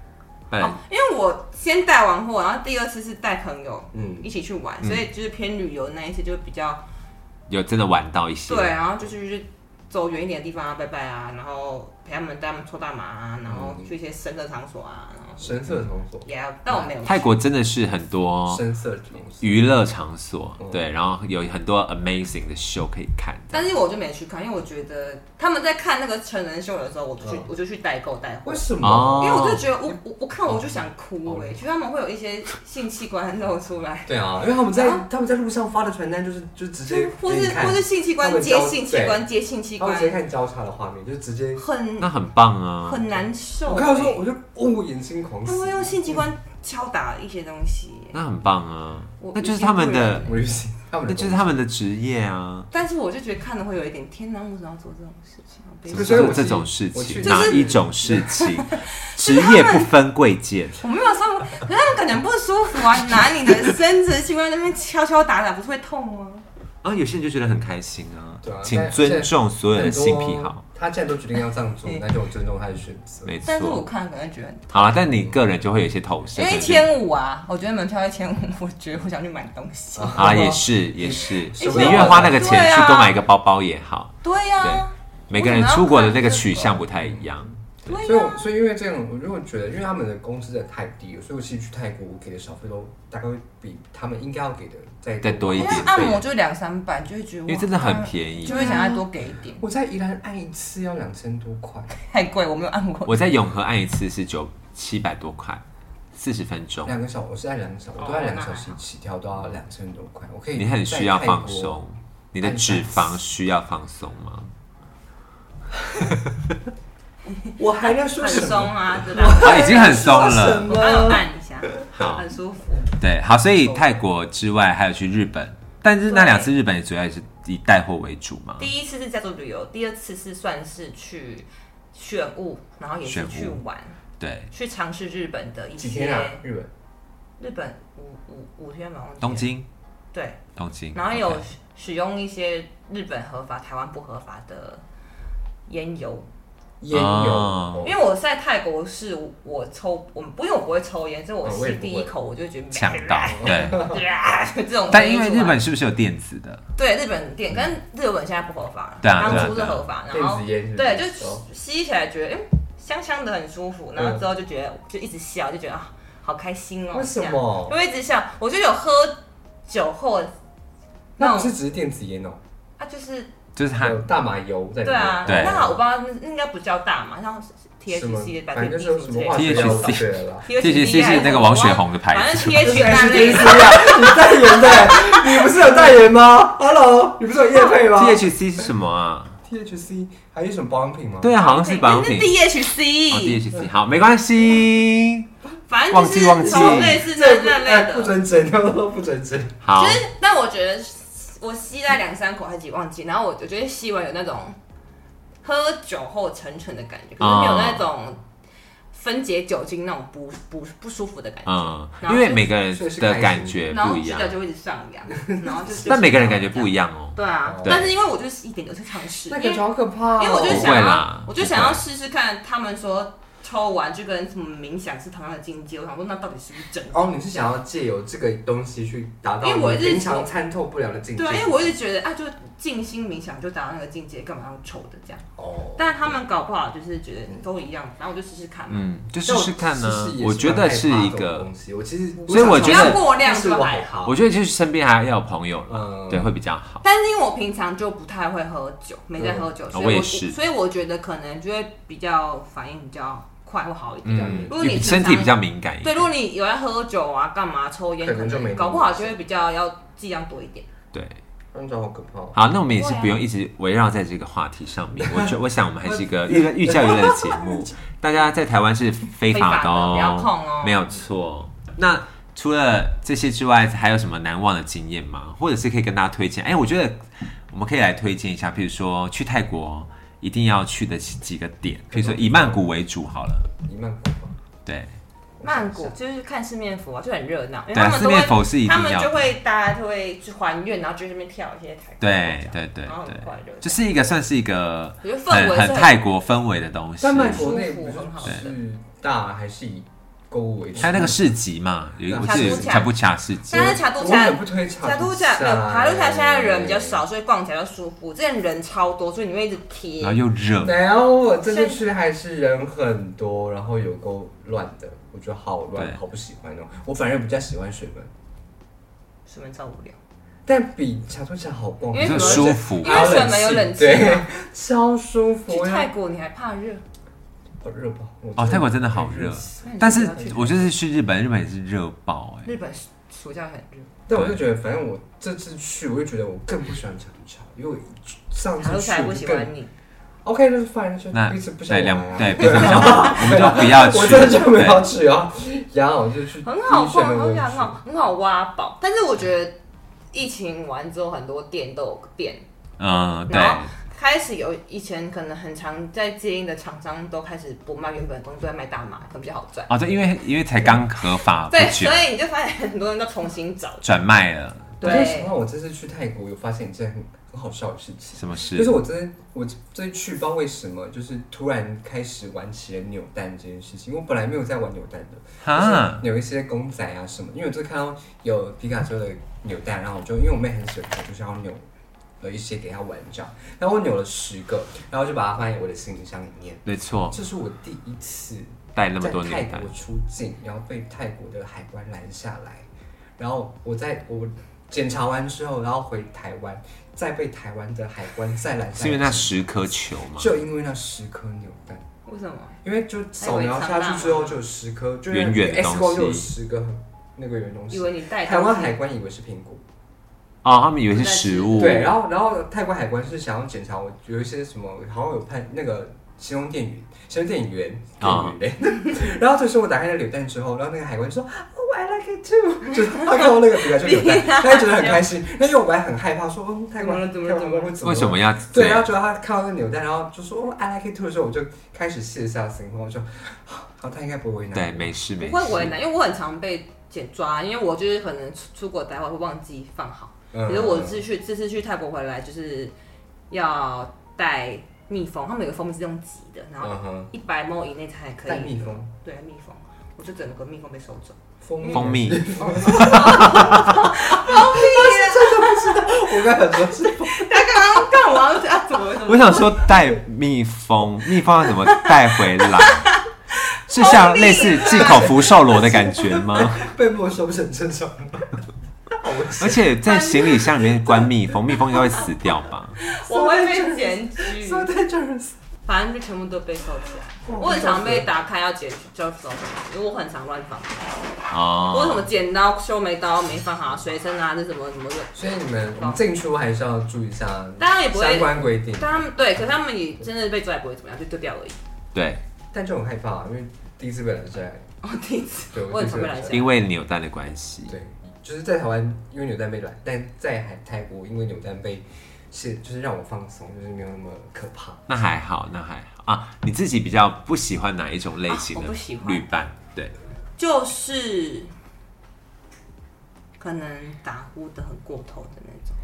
S3: 拜
S1: 哦，因为我先带完货，然后第二次是带朋友
S2: 嗯
S1: 一，起去玩，所以就是偏旅游那一次就比较
S3: 有真的玩到一些，
S1: 对，然后就是去走远一点的地方啊，拜拜啊，然后陪他们带他们抽大麻啊，然后
S3: 嗯
S1: 去一些深色场所啊，然后
S2: 深色场所，
S1: 也要，但我
S2: 嗯
S1: 没有去
S3: 泰国真的是很多
S2: 深色场所，
S3: 娱乐场所
S2: 嗯，
S3: 对，然后有很多 amazing 的 show 可以看。
S1: 但是我就没去看，因为我觉得他们在看那个成人秀的时候，我就去、
S2: 嗯
S1: 我就去代购带货
S2: 为，什么
S3: 哦？
S1: 因为我就觉得我我我看
S2: 哦
S1: 我就想哭哎、欸，就他们会有一些性器官露出来，
S2: 对啊，因为他们在
S1: 啊
S2: 他们在路上发的传单就是就直
S1: 就
S2: 接
S1: 或
S2: 给
S1: 是
S2: 你看
S1: 或是性器
S2: 他
S1: 官
S2: 们
S1: 接
S2: 交
S1: 性器官接性器
S2: 他们直接
S1: 官，
S2: 看交叉的画面，就是直接。
S1: 很
S3: 那很棒啊！
S1: 很难受、
S2: 嗯我看到说，
S1: 欸。
S2: 我就哦眼睛狂
S1: 他
S2: 死
S1: 们会。用性器官敲打一些东西欸、
S3: 那很棒啊
S1: 我！
S3: 那就是他们的，
S2: 我就信他们的
S3: 那就
S2: 东
S3: 是
S2: 西，
S3: <laughs> 他们的职业啊。
S1: 但是我就觉得看了会有一点天哪，为什么要做这种事情？好悲
S2: 这
S1: 伤
S2: 个所以
S3: 这
S2: 我去
S3: 这种事
S2: 我去
S3: 情，
S2: 就是
S3: 哪一种事
S1: <laughs>
S3: 情？职业不分贵贱，
S1: 我没有说，可是他们感觉很不舒服啊！拿你的生殖器官在那边敲敲打打，不是会痛吗？
S3: 啊，有些人就觉得很开心啊
S2: 对啊。
S3: 请
S2: 但
S3: 尊重所有人的性癖
S2: 很
S3: 好
S2: 多，他既然都决定要这样做，那就尊重他的选择。
S3: 没
S1: 但是我
S3: 错。
S1: 看可能觉得很，
S3: 好了，但你个人就会有一些投射。
S1: 因为
S3: 可
S1: 一
S3: 能
S1: 千五啊，我觉得门票一千五，我觉得我想去买东西。
S3: 啊，也是也
S1: 哎
S3: 是，
S2: 一
S3: 宁
S2: 千
S3: 愿花那个钱
S1: 对啊
S3: 去多买一个包包也好。
S1: 对呀、
S3: 对，每个人出国的那个取向不太一样。
S1: 对
S2: <laughs> 所以
S1: 呀、
S2: 我，所以因为这样，我如果觉得，因为他们的工资真的太低了，所以我其实去泰国，我给的小费都大概会比他们应该要给的再
S3: 再多一
S1: 因
S3: 点
S1: 为按摩就两三百，就会觉得
S3: 因
S1: 因
S3: 为真的很便宜
S1: 就会想再多给一
S3: <laughs>
S1: 点。
S2: 我在宜兰按一次要两千多块，
S1: 太贵，我没有按过。
S3: 我在永和按一次是九七百多块，四十分钟。
S2: 两个小我是按两个小时，我都
S1: 哦
S2: 按两
S1: 那
S2: 个小
S1: 还
S2: 时起跳都要两千多块，我可以。
S3: 你很需要放，松，你的
S2: 按
S3: 脂
S2: 三
S3: 肪需要放松吗？
S2: 我还在说
S1: 很
S2: 什
S1: 松
S2: 么？
S1: 啊，对吧？ <laughs>
S3: 啊，已经很松了。
S1: 我刚有按一下，
S3: 好
S1: 很舒服。
S3: 对，好，所以泰国之外还有去日本，但是那
S1: 对
S3: 两次日本也主要也是以带货为主嘛。
S1: 第一次是在做旅游，第二次是算是去选物，然后也
S3: 选
S1: 是
S3: 物
S1: 去玩，
S3: 对，
S1: 去尝试日本的一
S2: 几
S1: 些
S2: 天啊？日本
S1: 日本五五五天吧，忘记了
S3: 东京，
S1: 对，
S3: 东京，
S1: 然后
S3: OK
S1: 有使使用一些日本合法、台湾不合法的烟油，
S2: 烟油，
S3: 哦
S2: 哦
S1: 因为我在泰国是我抽我不因为我不会抽烟，所以我
S2: 哦我也
S1: 吸
S2: 不会
S1: 第一口我就觉得
S3: 呛
S1: <laughs>
S3: 到，对。
S1: 啊就这种东西出来。
S3: 但因为日本是不是有电子的？
S1: 对日本店跟日本现在不合法，
S3: 对啊对啊
S1: 当初是
S3: 对啊
S1: 合法，然
S2: 电
S1: 后
S2: 子烟是不是
S1: 对，就
S2: 哦
S1: 吸起来觉得哎、香香的很舒服，
S3: 嗯
S1: 然后之后就觉得就一直笑，就觉得啊好开心哦。
S2: 为什
S1: 这样？
S2: 么？
S1: 因为一直笑，我就有喝酒后那
S2: 那不
S1: 种，
S2: 是只是电子烟哦，
S1: 啊就是
S3: 就是它
S2: 有大麻油在里面。
S1: 对啊，
S3: 对
S1: 那好我不知道那应该不叫大麻，像
S2: 什么
S1: THC 吧
S2: 反正就是什么化
S1: 之类
S2: 学
S1: 的
S2: 药物
S3: THC
S2: 对了。
S3: THC 是那个王雪红的牌子
S1: 反正 THC
S2: 还
S1: 那
S2: 是 T
S1: 类
S2: C
S1: 的。
S2: 啊？你代
S1: <laughs>
S2: 言的，你不是有代言吗？Hello，你不是有业配吗
S3: THC 是什么啊？
S2: ？THC 还有什么保养品吗？
S3: 对啊，好像 <laughs> 是保养品。
S1: 哎那是
S3: 哦
S1: DHC，
S3: ，DHC 好，没关系。
S1: 反正就是
S3: 忘记忘记
S1: 类似
S2: 这
S1: 那
S2: 不
S1: 那
S2: 哎
S1: 类
S2: 不
S1: 的。
S2: 准整，他们都不准整。
S3: 好
S1: 其，实，但我觉得我吸了两三口还是忘记，然后我我觉得吸完有那种喝酒后沉沉的感觉，可是
S3: 哦
S1: 没有那种分解酒精那种不不不舒服的感觉。
S3: 嗯，
S1: 然
S3: 因
S1: 后
S3: 为
S1: 就
S3: 每个人
S2: 所以是
S3: 的
S2: 开心
S3: 感觉
S1: 然后
S3: 不一
S1: 吃
S3: 样
S1: 的，就会一直上扬，然
S2: <laughs>
S1: 后就
S3: 但每个人感觉不
S1: 样。
S3: 一样哦。
S1: 对啊，
S2: 对
S1: 但是因为我就是一点都是尝试，
S2: 那
S1: 因
S2: 感
S1: 为
S2: 觉好可怕、哦。
S1: 因为我就
S3: 不
S1: 想
S3: 会
S1: 要
S3: 啦，
S1: 我就想要
S3: 不会
S1: 试试看，他们说抽完就跟什么冥想是同样的境界，我想说那到底是不是真的？
S2: 哦，你是想要借由这个东西去达到
S1: 因为我
S2: 你
S1: 一直
S2: 平常参透不了的境界。
S1: 对啊，因为我一直觉得啊，就静心冥想就达到那个境界，干嘛要抽的这样？
S2: 哦，
S1: 但他们搞不好就是觉得哎都一样，然后我就试试看嘛。
S3: 嗯，就试试看呢、
S2: 但我
S3: 我觉得是一
S2: 其实也蛮害怕这种
S3: 个，
S2: 东西，我其实
S3: 所以我觉
S1: 不
S3: 得
S1: 要过量
S2: 是
S1: 就
S2: 我
S1: 还
S2: 还
S1: 好。
S2: 好，
S3: 我觉得就是身边还要有朋友了，
S2: 嗯
S3: 对，会比较好。
S1: 但是因为我平常就不太会喝酒，没在喝酒，
S3: 嗯
S1: 所以
S3: 我
S1: 我
S3: 也是
S1: 所以我觉得可能就会比较反应比较快会好一点。
S3: 嗯
S1: 如，果你
S3: 你
S1: 平
S3: 身体
S1: 常
S3: 比较敏感一
S1: 对，
S3: 点
S1: 如，果你有在喝酒啊、干嘛抽烟，
S2: 可
S1: 可
S2: 能就没那么
S1: 搞不好就会比较要剂量多一点。
S3: 对。
S2: 那种好可怕哦。
S3: 好，那我们也是
S1: 对啊
S3: 不用一直围绕在这个话题上面。
S1: <laughs>
S3: 我觉我想我们还是一个寓寓教于乐的节目，大家在台湾是非
S1: 非法
S3: 法的
S1: 的不要碰
S3: 哦
S1: 哦，
S3: 没有错。那除了这些之外，还有什么难忘的经验吗？或者是可以跟大家推荐？哎、我觉得我们可以来推荐一下，譬如说去泰国一定要去的几个点，譬如说以曼谷为主好了。
S2: 一曼谷吧，
S3: 对，
S1: 曼谷就是看四面佛啊，就很热闹，因为
S3: 对啊
S1: 他们都
S3: 四面佛是一
S1: 会，
S3: 定要
S1: 他们
S3: 的
S1: 就会大家就会去还愿，然后就在那边跳一些台歌
S3: 对，
S1: 这样
S3: 对，对，
S1: 然后很快
S3: 对
S1: 乐，，
S3: 就是一个算是一个
S1: 我觉得哦氛
S3: 很
S1: 围
S3: 很
S1: 是
S3: 泰国氛围的东西。
S2: 丹麦
S1: 舒
S2: 国内
S1: 服
S2: 不
S1: 很好
S2: 是
S1: 吃
S2: 是大还是以购物为主？
S3: 还有那个市集嘛，有一个我
S2: 卡
S3: 记得
S2: 布
S3: 有
S1: 恰
S3: 卡布恰市集，
S1: 但是卡杜
S2: 我
S1: 恰
S2: 很不推
S1: 卡杜恰没有
S2: 欸
S1: 卡杜恰现在人比较。少，所以逛起来就舒服。之前人超多，所以你会一直贴
S3: 然后。又热，
S2: 然后我这次去还是人很多，然后有够乱的，我觉得好
S3: 对
S2: 乱，好不喜欢哦。我反而比较喜欢水门，
S1: 水门超无聊，
S2: 但比卡杜恰好逛，
S1: 因为
S3: 你说
S1: 什么
S3: 舒服
S1: 因为水门有冷气
S2: 对
S1: 嘛。，
S2: 超舒服。
S1: 去
S2: 我要
S1: 泰国你还怕热？
S2: 好热吧？我
S3: 哦，泰国真的好热，
S1: 那你
S3: 但
S1: 就是不要去
S3: 我就是去日本，日本也是热爆哎、
S1: 日本暑假很热，
S2: 但我就觉得，反正我这次去，我就觉得我更不喜欢长桥，因为我上
S1: 卡
S2: 次
S1: 杜
S2: 去
S1: 恰还不
S2: 我
S1: 喜
S2: 就
S1: 欢
S2: 更
S1: 你。
S2: OK，就是 fine，就
S3: 那
S2: 彼此不想玩
S3: 对两
S2: 啊。 <laughs>
S3: 对彼此不想玩，我们就不要去，
S2: 我真的就没有
S3: 对
S2: 去啊，然后我就去
S1: 很好
S2: 第一选
S1: 逛，
S2: 的
S1: 很
S2: 我
S1: 好看，
S2: 就去
S1: 很好，很好挖宝。但是我觉得疫情完之后，很多店都有变，
S3: 嗯对
S1: 然后开始有以前可能很常在接应的厂商都开始不卖原本的东西，都在卖大麻，可能比较好赚。
S3: 哦对，因为因为才刚合
S2: 啊
S3: 法不
S1: 对，
S3: 久
S1: 所，以你就发现很多人都重新找。
S3: 转卖了
S2: 我就想
S1: 对，
S2: 到我这次去泰国，有发现一件很很好笑的事情，
S3: 什么
S2: 就是
S3: 事？
S2: 我真的我这次去不知道为什么，就是突然开始玩起了扭蛋这件事情。我本来没有在玩扭蛋的，
S3: 哈，
S2: 就是有一些公仔啊什么，因为我就看到有皮卡丘的扭蛋，然后我就因为我妹很喜欢，我就想要扭了一些给她玩这样。然后我扭了十个，然后就把它放在我的行李箱里面。
S3: 没错，
S2: 这是我第一次
S3: 带那么
S2: 在
S3: 多
S2: 泰
S3: 年代
S2: 国，出境，然后被泰国的海关拦下来，然后我在我检查完之后，然后回台湾，再被台湾的海关再拦下
S3: 是
S2: 来，
S3: 因为那十颗球嘛？
S2: 就因为那十颗扭蛋，
S1: 为什么？
S2: 因为就扫描下去之后就有十颗，就是
S3: 圆圆的
S2: X
S3: 东
S2: 光
S3: 西
S2: 就有十个那个圆东
S1: 以
S2: 西。
S1: 为你带
S2: 台湾
S1: 东西
S2: 海关以为是苹果，
S3: 哦，他们以为是食物，
S2: 对，然后然后泰国海关是想要检查我有一些什么，好像有判那个形容店员，形容店员，
S3: 啊
S2: 店员， <laughs> 然后这时候我打开那扭蛋之后，然后那个海关说，Oh I like it too，就是 <laughs> 他看到那个比较就扭蛋，
S3: 啊
S2: 他就觉得很开心，那因为我本来很害怕说，哦，泰国人
S1: 嗯怎么了怎么了
S2: 泰国人会
S3: 为什么要这
S2: 对，然
S3: 样？
S2: 后主要他看到那个扭蛋，然后就说哦，I like it too 的时候，我就开始卸下心防，我就，好，他应该不会为难。
S3: 对，，没事没
S1: 不会为
S3: 事，
S1: 难，因为我很常被检抓，因为我就是可能出出国待会会忘记放好。
S2: 嗯
S1: 可是我是去这次去泰国回来，就是要带蜜蜂，他们有个蜂蜜是用挤的，然后
S2: 嗯哼，
S1: 一百毛以内才可
S2: 带
S1: 以。
S2: 蜜蜂，
S1: 对，蜜蜂，我就整个蜜蜂被收走。
S2: 蜂蜜，
S3: 蜂蜜，
S2: <laughs> 我刚才说是蜂，
S1: 他刚刚干嘛？他怎么怎
S3: <laughs> 我想说带蜜蜂，蜜蜂要怎么带
S1: <laughs>
S3: 回来？是像类似进口福寿螺的感觉
S1: <laughs>
S3: 吗？
S2: 被没收不是很正常吗？好危险
S3: 而且在行李箱里面关蜜蜂，蜜蜂应该会死掉吧？
S2: <laughs>
S1: 我会被检举？
S2: ，so dangerous。
S1: 反正就全部都被收起来。我很常被打开要检举，就收回来，因为我很常乱放。我什
S3: 哦，
S1: 么剪刀、修眉刀没放好，随身啊，这什么什么的。
S2: 所以你们我们进出还是要注意一下，
S1: 当然也不会
S2: 相关规定，
S1: 但他们对，可是他们也真的被抓也不会怎么样，就丢掉而已。
S3: 对，
S2: 但就很害怕，因为第一次被拦下来，
S1: 我哦第一次，
S2: 对
S1: 我
S2: 我
S1: 很
S2: 第一次
S1: 常
S2: 被
S1: 被
S2: 拦
S1: 拦下
S2: 下来
S1: 来。
S3: 因为扭蛋的关系，
S2: 对，就是在台湾因为扭蛋被拦，但在海泰国因为扭蛋被是就是让我放松，就是没有那么可怕。
S3: 那还好，那还好啊。你自己比较不喜欢哪一种类型
S1: 啊
S3: 的
S1: 我不喜欢
S3: 旅伴？对，
S1: 就是可能打呼的很过头的那种，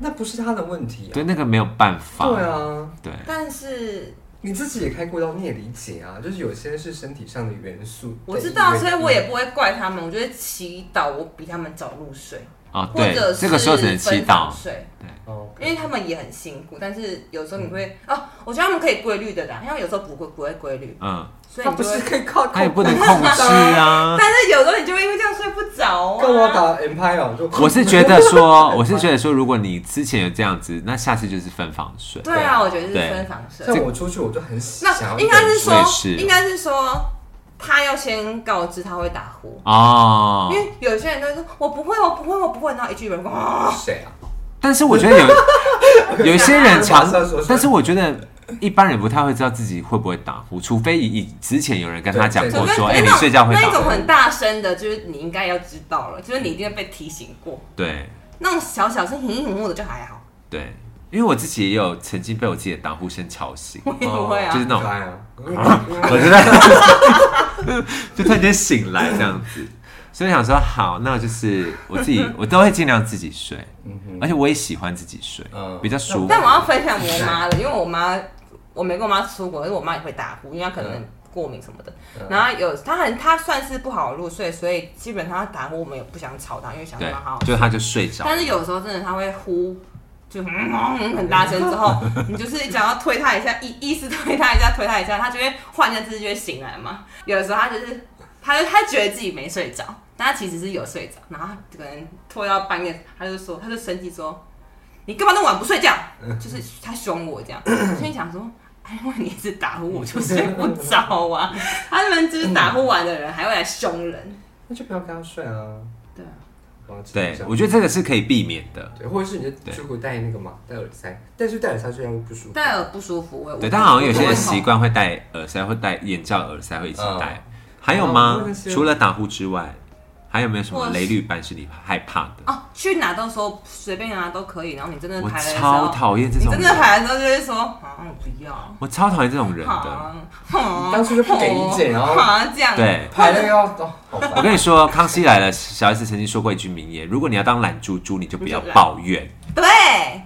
S2: 那不是他的问题啊。
S3: 对，那个没有办法。
S2: 对啊，
S3: 对，
S1: 但是
S2: 你自己也开过刀，你也理解啊，就是有些是身体上的元素。
S1: 我知道，
S2: 对
S1: 所以我也
S3: 嗯
S1: 不会怪他们。我觉得祈祷我比他们早入睡，
S3: 哦，
S1: 或
S3: 对
S1: 者，是
S3: 这个时候只能祈
S1: 分早
S3: 祷。
S1: 睡，
S2: 哦，
S1: 因为他们也很辛苦。但是有时候你会、哦，我觉得他们可以规律的啦，因为他们有时候不规不会规律，
S3: 嗯，
S1: 所以
S2: 他
S1: 你
S2: 不
S1: 就是会。
S2: 可以靠
S3: 他也不能控制啊。
S1: 但是有时候你就会因为这样睡不着啊。
S2: 跟我打 Empire <laughs> 就
S3: 我是觉得说，我是觉得说，如果你之前有这样子，那下次就是分房睡。
S1: 对啊，我觉得是
S3: 对
S1: 分房睡。
S2: 像我出去我就很想要
S1: 那应该是说
S3: 我也是，
S1: 应该是说，他要先告知他会打呼，
S3: 哦
S1: 因，为有些人都会说我不会，我不会，我不会，然后一句人哇，
S2: 谁啊？ <laughs>
S3: 但是我觉得有有一些人常
S2: 我马上说，出来
S3: 但是我觉得一般人不太会知道自己会不会打呼，除非以以之前有人跟他讲
S2: 对
S1: 除
S3: 过
S1: 非
S3: 说，
S1: 除
S3: 哎、
S1: 非
S3: 你
S1: 那种
S3: 睡觉会
S1: 那
S3: 打
S1: 一种
S3: 呼，
S1: 很大声的，就是你应该要知道了，就是你一定会被提醒过。
S3: 对
S1: 那种小小声、隐隐默默的就还好，
S3: 对，因为我自己也有曾经被我自己的打呼声吵醒，
S1: 我也 <laughs> 不会啊。
S3: 哦就是那
S2: 可
S3: 种
S2: 爱啊，
S3: <laughs> 我觉得 <laughs> 就突然间醒来这样子，所以想说好，那就是
S2: <laughs>
S3: 我自己，我都会尽量自己睡，
S2: 嗯哼，
S3: 而且我也喜欢自己睡，
S2: 嗯
S3: 比较舒服
S1: 但。我要分享我妈的，因为我妈我没跟我妈出国，因为我妈也会打呼，因为她可能
S3: 嗯
S1: 过敏什么的。然后有她很她算是不好入睡，所以基本上她打呼我们也不想吵她，因为想让
S3: 对
S1: 她好好。，
S3: 就他就睡着。
S1: 但是有时候真的她会呼。就嗯很大声之后，你就是 <laughs> 想要推她一下，意意识推她一下，推她一下，她就会换一下姿势就会醒来嘛。有的时候她就是，她就她觉得自己没睡着，但她其实是有睡着，然后她可能拖到半夜，她就说，她就生气说，你干嘛那么晚不睡觉？就是他凶我这样，所以想说，哎，因为你一直打呼，我就睡不着啊。 <laughs> 他们就是打呼完的人还会来凶人，
S2: <laughs> 那就不要跟他睡啊。
S1: 对啊，
S3: 对，我觉得这个是可以避免的。
S2: 对，或者是你就出国戴那个嘛，戴耳塞，但是戴耳塞虽然会不舒服， <laughs>
S1: 戴耳不舒服，我也
S3: 对，但好像有些人习。惯会戴耳塞，会戴眼罩、耳塞会一起戴。还有
S2: 哦
S3: 吗
S2: 那？些
S3: 除了打呼之外，还有没有什么
S1: 我
S3: 雷律班是你害怕的？
S1: 哦，去哪都说随便啊哪都可以，然后你真的
S3: 我
S1: 排的时
S3: 超
S1: 候，
S3: 讨厌这
S1: 你
S3: 种
S1: 真的
S3: 人，
S1: 排的时候就会说，啊，我不要，
S3: 我超讨厌这种人的。
S1: 啊，哼
S2: 当初就不给意见然后
S1: 啊这样，
S3: 对
S2: 排那个要哦，好
S3: 我
S2: 烦。
S3: 跟你说，《康熙来了》小 S 曾经说过一句名言：如果你要当懒猪猪，你就不要
S1: 你就懒
S3: 抱怨，
S1: 对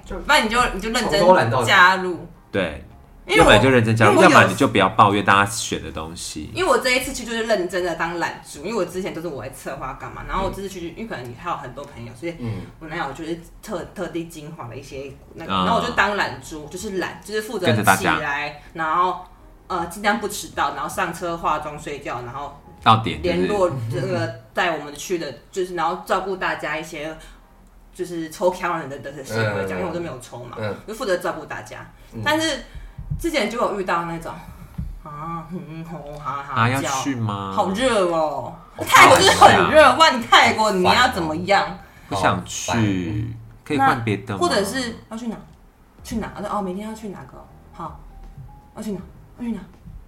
S2: 就，
S1: 不然你就你就认
S2: 从头懒到
S1: 真
S2: 尾
S1: 加入，
S3: 对，
S1: 因为
S3: 要么
S1: 我
S3: 你就认真加
S1: 因
S3: 入，
S1: 为我
S3: 要么
S1: 有
S3: 你就不要抱怨大家选的东西。
S1: 因为我这一次去就是认真的当懒猪，因为我之前都是我在策划干嘛，然后我这次去，因为可能你还有很多朋友，所以 <laughs>
S2: 嗯，
S1: 我男友就是特特地精华了一些那个，
S3: 啊
S1: 然后我就当懒猪，就是懒，就是负责
S3: 跟着大
S1: 起
S3: 家
S1: 来，然后呃尽量不迟到，然后上车化妆睡觉，然后
S3: 到点就是
S1: 联络这个带我们去的，就是然后照顾大家一些就是抽签人的的行为，讲、因为我都没有抽嘛，
S2: 嗯
S1: 就负责照顾大家。但是之前就有遇到那种啊，嗯吼哈哈
S3: 啊，要
S1: 叫
S3: 去吗？
S1: 好热哦、
S2: 好
S1: 泰国就是
S3: 烦啊
S1: 很热，不然你泰国你要怎么样？
S3: 不想
S2: <laughs>
S3: 去，可以换别的
S1: 嗯
S3: 吗，
S1: 或者是要去哪？去哪？我说哦，明天要去哪个？好，要去哪？要去哪？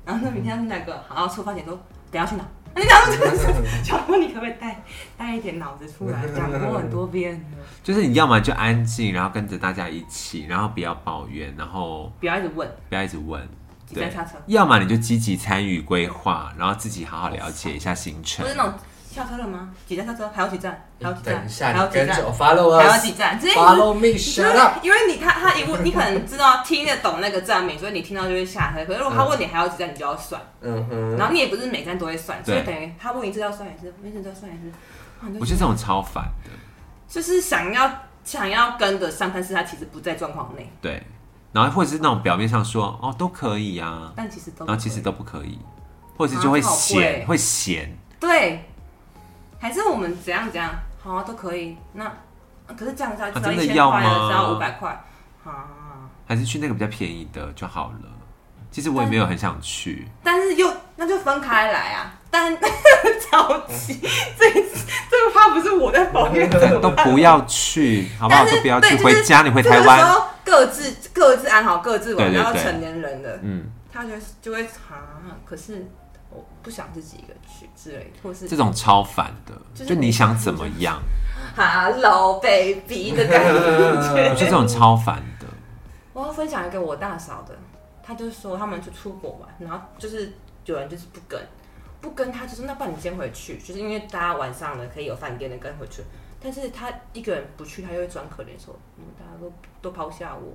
S1: 然后那明天要去哪个？好，出发前说等一下去哪？啊你 <laughs> 讲就是，小郭，你可不可以带带一点脑子出来？讲过很多
S2: <laughs>
S1: 遍，
S3: 就是你要么就安静，然后跟着大家一起，然后不要抱怨，然后
S1: 不要一直问，
S3: 不要一直问。
S1: 急
S3: 对
S1: 在刹车，
S3: 要么你就积极参与规划，然后自己好好了解一下行程
S1: 不是。那种下车了吗？几站下车？还有几站？还有几站？
S2: 等一下，
S1: 还有
S2: 你
S1: 几
S2: 跟
S1: 站
S2: 着？我 follow
S1: 还有
S2: us
S1: 几站？直接一直
S2: <laughs> follow me
S1: 就是
S2: shut up。
S1: 因为你看他一问，你可能知道听得懂那个站名，所以你听到就会下车。可是如果他问你还要几站，你就要算，
S2: 嗯哼，
S1: 然后你也不是每站都会算，所
S3: 对
S1: 以等于他问一次要算一次，问一次要算一次。哇你
S3: 我
S1: 就
S3: 觉得这种超烦的，
S1: 就是想要想要跟得上，但是他其实不在状况内，
S3: 对。然后或者是那种表面上说哦都可以啊，
S1: 但其实都
S3: 然后其实都不可以，或者是就会
S1: 啊好
S3: 嫌
S1: 贵
S3: 会嫌，
S1: 对，还是我们怎样怎样好、啊、都可以。那啊可是这样子要
S3: 啊
S1: 只要
S3: 真的
S1: 一千
S3: 要
S1: 块
S3: 吗
S1: 了，只要五百块啊，
S3: 还是去那个比较便宜的就好了。其实我也没有很想去，
S1: 但是又那就分开来啊。但 <laughs> 着急，这这个怕不是我在抱怨，
S3: 对 <laughs> 都不要去，好不好？
S1: 但是
S3: 都不要去，
S1: 对就是
S3: 回家你回
S1: 这
S3: 台
S1: 个时
S3: 湾，
S1: 候各自各自安好，各自玩，
S3: 对对
S1: 然后
S3: 对
S1: 成年人的，
S3: 嗯，
S1: 他就就会啊，可是我不想自己一个去之类的，或是
S3: 这种超烦
S1: 就
S3: 的，
S1: 是
S3: 就你想怎么样，
S1: Hello baby 的感
S3: <laughs> 我觉得这
S1: 觉。
S3: 种超烦的。
S1: 我要分享一个我大嫂的，她就说他们就出国玩，然后就是有人就是不跟，不跟她就是那不然你先回去，就是因为大家晚上了可以有饭店的跟回去，但是她一个人不去，她就会装可怜说，嗯，大家都都抛下我，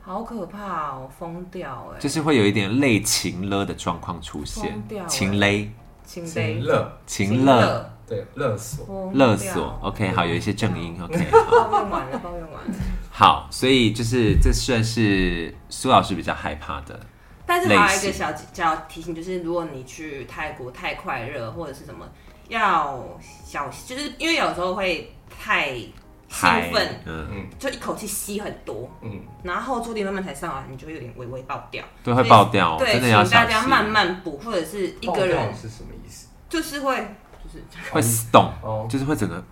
S1: 好可怕哦，疯掉哎、
S3: 就是会有一点类情勒的状况出现
S1: 疯掉，了
S3: 情勒、
S1: 情
S2: 请
S1: 悲
S2: 勒，
S3: 情勒、
S2: 对，勒索，
S3: 勒索。OK，好，有一些正音。OK，
S1: 抱怨完了，抱怨完了。
S3: 好，所以就是这算是苏老师比较害怕的，
S1: 但是还
S3: 类
S1: 有一
S3: 似
S1: 个小小提醒，就是如果你去泰国太快热或者是什么，要小心，就是因为有时候会太
S3: 嗨
S1: 兴奋，
S3: 嗯，
S1: 就一口气吸很多，
S2: 嗯，
S1: 然后坐力慢慢才上来，你就会有点微微爆掉。
S3: 对，会爆掉，哦
S1: 对，
S3: 真的要
S1: 请大
S3: 小
S1: 家
S3: 心，
S1: 慢慢补，或者是一个
S2: 爆料
S1: 人
S2: 是什么意思？
S1: 就是会就是
S3: 会 stomp，
S2: 哦，
S3: 就是会整个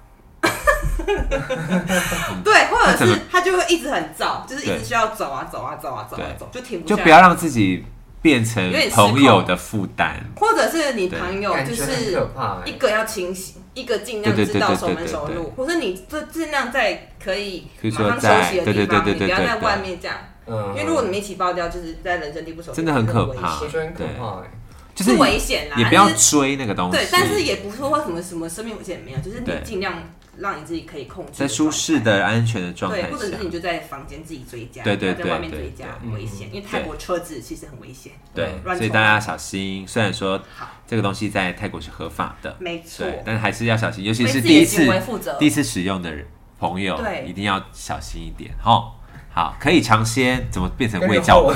S1: 对，或者
S3: 嗯他整
S1: 是他就会一直很燥，就是一
S3: 对
S1: 直需要走啊走啊走啊走啊
S3: 对
S1: 走，就停不
S3: 就
S1: 下来。
S3: 不要让自己变成
S1: 有点失控
S3: 朋友的负担。
S1: 或者是你
S3: 对
S1: 朋友
S2: 感
S1: 就
S2: 觉
S1: 是
S2: 很可怕
S1: 一
S2: 欸。
S1: 个要清醒，一个尽量
S3: 对对
S1: 知道
S3: 对对
S1: 熟门熟
S3: 对对
S1: 路，或者你就尽量在可以
S3: 比
S1: 马
S3: 如说
S1: 上
S3: 在
S1: 休息的
S3: 对对
S1: 地方，
S3: 对对
S1: 你不要
S3: 对对
S1: 在
S3: 对
S1: 外面这样，
S2: 嗯，
S1: 因为如果你们一起爆掉，就是在人生地不熟，
S3: 真的很可怕
S2: 我觉得很可怕哎，
S3: 就是
S1: 是
S3: 你
S1: 危险啦。
S3: 也不
S1: 就
S3: 要
S1: 是
S3: 追那个东西，
S1: 对，但是也不是说什么什么生命危险没有，就是你
S3: 对
S1: 尽量让你自己可以控制，
S3: 在舒适。的、安全的状态
S1: 对，或者
S3: 下
S1: 是，你就在房间自己追加，
S3: 对对
S1: 不要在外
S3: 对
S1: 面
S3: 对
S1: 追加
S3: 对
S1: 很危险，因为泰国车子其实很危险。嗯
S3: 对，
S1: 乱
S3: 所以
S1: 冲
S3: 大家小心。虽然说
S1: 好
S3: 这个东西在泰国是合法的，
S1: 没错，
S3: 对，但还是要小心，尤其
S1: 为
S3: 是
S1: 自
S3: 第
S1: 己
S3: 一
S1: 的
S3: 次
S1: 行为负责
S3: 第一。次使用的人朋友，
S1: 对
S3: 一定要小心一点哦。好，可以尝鲜，怎么变成卫教卫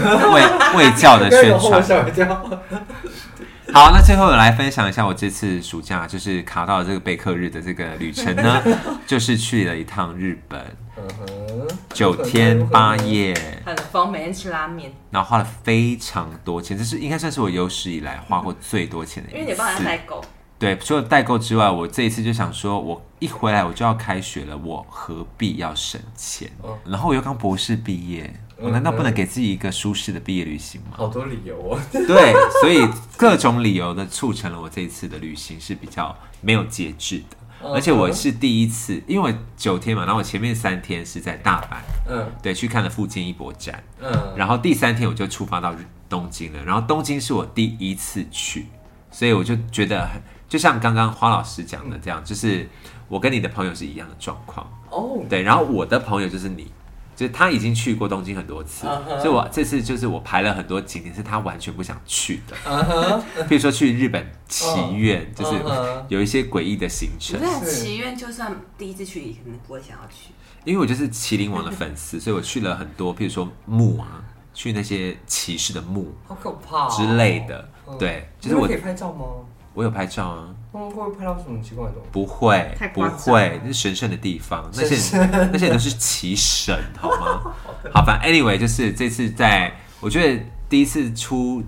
S3: 卫教的
S2: 不要有
S3: 宣
S2: 后我
S3: 传？
S2: 吓我一跳。
S3: 好，那最后来分享一下我这次暑假就是卡到了这个备课日的这个旅
S1: <laughs>
S3: 程呢，就是去了一趟日本，
S2: 嗯哼
S3: <laughs> 九天八。夜，
S1: 很疯，每天吃拉面，
S3: 然后花了非常多钱，这是应该算是我有史以来花过最多钱的一
S1: 因
S3: 次。
S1: 为你帮他代购，
S3: 对，除了代购之外，我这一次就想说，我一回来我就要开学了，我何必要省钱？
S2: 嗯
S1: 哦
S3: 然后我又刚博士毕业，我难道不能给自己一个舒适的毕业旅行吗？
S2: 好多理由哦， <laughs>
S3: 对，所以各种理由的促成了我这一次的旅行是比较没有节制
S2: 嗯
S3: 的。而且我是第一次，因为我九天嘛，然后我前面三天是在大阪，
S2: 嗯
S3: 对，去看了附近一博展，
S2: 嗯，
S3: 然后第三天我就出发到日东京了。然后东京是我第一次去，所以我就觉得很，就像刚刚花老师讲的这样，就是我跟你的朋友是一样的状况。
S2: 哦，
S3: 对，然后我的朋友就是你，就是他已经去过东京很多次
S2: 嗯哼
S3: 所以我这次就是我排了很多景点是他完全不想去的，
S2: 嗯哼，
S3: 比如说去日本祈愿就是
S2: 嗯哼
S3: 有一些诡异的行程
S1: 不。是
S2: 是
S1: 祈愿，就算第一次去，也可能不会想要去。
S3: 因为我就是麒麟王的粉丝，所以我去了很多，譬如说墓啊，去那些骑士的墓
S2: 好可怕哦
S3: 之类。的。
S2: 嗯
S3: 对，
S2: 你
S3: 就是
S2: 们
S3: 我
S2: 可以拍照吗？
S3: 我有拍照啊，
S2: 他们会不会拍到什么奇怪的东西？
S3: 不会
S1: 太
S3: 不
S1: 夸张了
S3: 会，那是神圣的地方，那
S2: 神
S3: 些人那些人都是奇神，好
S2: <laughs>
S3: 吗？好，反正 anyway 就是这次在，我觉得第一次出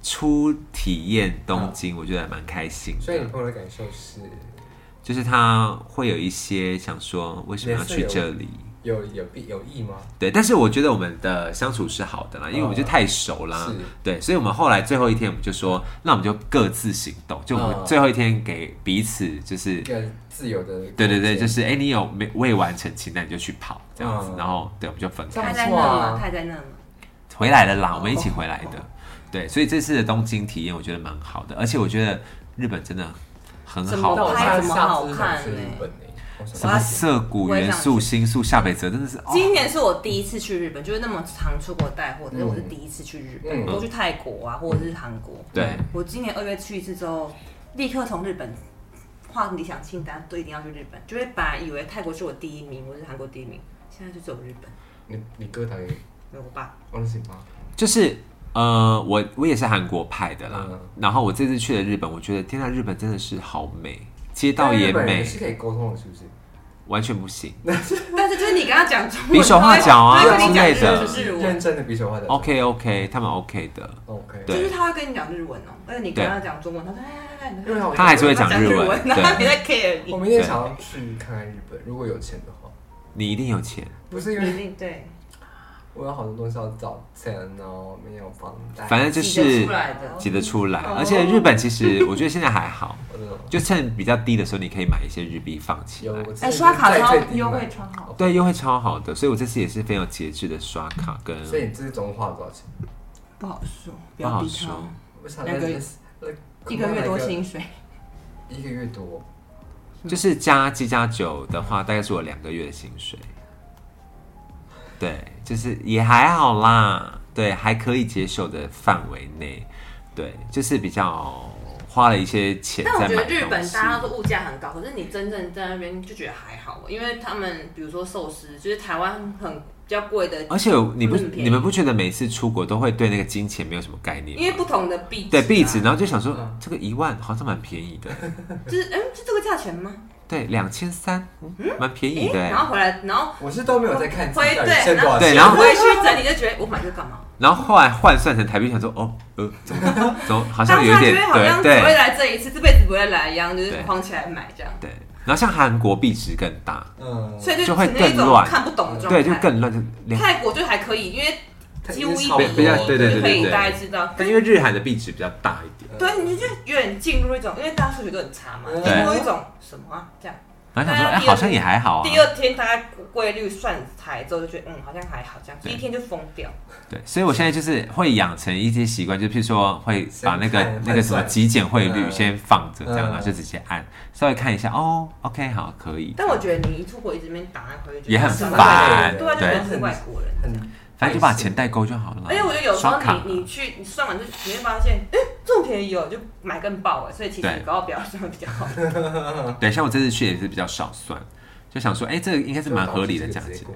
S3: 出体验东京，我觉得还蛮开心
S2: 嗯所以你
S3: 的。
S2: 朋友的感受是
S3: 就是他会有一些想说，为什么要
S2: 也是
S3: 去
S2: 有
S3: 这里？
S2: 有有必有意吗？
S3: 对，但是我觉得我们的相处是好的啦，因为我们就太熟啦。
S2: 哦是
S3: 对，所以我们后来最后一天，我们就说，那我们就各自行动，就我们
S2: 嗯
S3: 最后一天给彼此就是
S2: 一个自由的空间，
S3: 对对对，就是哎、诶你有没未完成清单你就去跑这样子，
S2: 嗯
S3: 然后对，我们就分
S2: 这
S3: 开
S2: 样
S1: 他在
S2: 不
S1: 那
S2: 错啊
S1: 吗？他在那吗？
S3: 回来了啦，我们一起回来的。对，所以这次的东京体验我觉得蛮好的，而且我觉得日本真的很
S1: 怎
S3: 好
S1: 么
S2: 但我
S1: 拍
S3: 玩，
S2: 下
S1: 怎么好看
S2: 次是想去日
S1: 嘞
S2: 本欸我
S3: 什
S2: 想
S3: 么
S2: 去
S3: 涩谷、
S1: 我也
S3: 元
S1: 想
S3: 素、
S1: 去
S3: 新宿、下北泽，真的是哦，
S1: 今年是我第一次去日本，就是那么常出国带货，但是我是第一次去日本，
S2: 嗯
S1: 我去泰国啊，或者是韩国。
S3: 对，
S1: 我今年二月去一次之后，立刻从日本画理想清单，都一定要去日本。就会本来以为泰国是我第一名，我是韩国第一名，现在就只有日本，
S2: 你你哥打给
S1: 没有我爸。
S2: 王心吗？
S3: 就是呃，我我也是韩国派的啦
S2: 嗯。
S3: 然后我这次去了日本，我觉得天呐，日本真的是好美，街道
S2: 但
S3: 也
S2: 日本人
S3: 美，
S2: 是可以沟通的，是不是？
S3: 完全
S2: <laughs>
S3: 不行。
S1: 但是就是你跟他讲中文，
S3: 比手画脚啊
S1: 他会跟你讲
S3: 之类的
S1: 日日
S2: 认
S1: 文，
S2: 真的比手画脚。
S3: OK OK，他们 OK 的。
S2: OK，
S3: 哦对
S1: 就是他会跟你讲日文哦，而且你跟他讲中文，他说哎哎哎哎，
S2: 因为我
S3: 他还是会讲
S1: 讲
S3: 日文
S1: 文，然后他没在 care 你
S2: 我，明天想要去看看日本，如果有钱的话。
S3: 你一定有钱。
S2: 不是因
S1: 你一
S2: 为
S1: 定对，
S2: 我有好多东西要找钱哦，没有房贷。
S3: 反正就
S1: 挤
S3: 是
S1: 得出来的
S3: 挤得出来，
S2: 哦
S3: 而且日本其实 <laughs> 我觉得现在还好，
S2: 我真的
S3: 就趁比较低的时候，你可以买一些日币放起
S2: 有
S3: 来
S2: 我。自己
S1: 哎，刷卡
S2: 在
S1: 超
S2: 最低
S1: 优惠
S2: 买，
S1: 超好，
S3: 对，优惠超好的，所以我这次也是非常有节制的刷卡跟
S2: 所以你这次总共花了多少钱？
S1: 不好说，不
S3: 不
S1: 要
S3: 好
S1: 逼他嗯
S3: 说。。
S2: 我想
S1: 两个
S2: 那
S1: 一个月多，薪
S3: <laughs>
S1: 水，
S2: 一个月多，
S3: 就是加七加九的话，大概是我两个月的薪水。对，就是也还好啦，对，还可以接受的范围内。对，就是比较花了一些钱
S1: 但我
S3: 在
S1: 觉
S3: 买
S1: 得日
S3: 东
S1: 本
S3: 西。
S1: 大家都说物价很高，可是你真正在那边就觉得还好，因为他们比如说寿司，就是台湾很比较贵的，
S3: 而且你不
S1: 他们很便宜
S3: 你们不觉得每次出国都会对那个金钱没有什么概念吗？
S1: 因为不同的币、啊、
S3: 对壁纸，然后就想说
S2: 嗯
S3: 这个一万好像蛮便宜的，
S1: 就是嗯，是这个价钱吗？
S3: 对，两千三，蛮便宜的
S1: 嗯诶然
S3: 欸。
S1: 后回来，然后
S2: 我是都没有在看自己
S1: 回
S2: 到底
S1: 对，
S2: 剩多少
S3: 对
S2: 钱。
S3: 然后
S1: 回去整理就觉得我买这个干嘛？
S3: 然后后来换算成台币，想说哦，呃，怎么怎么好像
S1: <laughs> 当
S3: 有一
S1: 下就会
S3: 点
S1: 好像
S3: 对
S1: 只会
S3: 对
S1: 来这一次，这辈子不会来一样，就是
S3: 对
S1: 框起来买这样。
S3: 对，然后像韩国壁纸更大，
S2: 嗯，
S1: 所以就
S3: 就会
S1: 呈现一
S3: 更
S1: 种
S3: 乱
S1: 看不懂的状态。
S3: 对，就更乱，就连
S1: 泰国就还可以，因为几乎一
S2: 差不
S3: 比
S2: 多
S3: 比较对对
S1: 就
S3: 对
S1: 可
S3: 对
S1: 以
S3: 对。
S1: 大概知道。
S3: 但因为日韩的壁纸比较大一点，
S1: 对，
S2: 嗯
S1: 你就有点进入一种，因为大家数学都很差嘛，
S2: 对
S1: 进入一种什么啊这样。
S3: 然后想说，
S1: 那
S3: 哎，
S1: 第二
S3: 好像也还好啊。
S1: 第二天大概规律算才之后，就觉得嗯好像还好这样，第
S3: 对
S1: 一天就疯掉。
S3: 对，所以我现在就是会养成一些习惯，就譬如说会把那个
S2: 先看
S3: 那个什么
S2: 换算
S3: 极简汇率
S2: 嗯
S3: 先放着，这样
S2: 嗯
S3: 然后就直接按，稍微看一下，哦，OK，好，可以。
S1: 但我觉得你一出国一直没档案回去，
S3: 也很
S1: 就
S2: 烦
S1: 对啊，就
S3: 对
S1: 很是外国人。
S2: 很
S3: 反正就把钱代勾就好了啦。
S1: 而哎且我觉得有时候
S3: 刷卡
S1: 你你去你算完就你会发现，哎、这么便宜哦，就买更爆哎，所以其实
S3: 对
S1: 你搞不要算比较好。
S3: 对，像我这次去也是比较少算，就想说，哎、这个应该是蛮合理的价
S2: 直接
S3: 钱。
S2: 过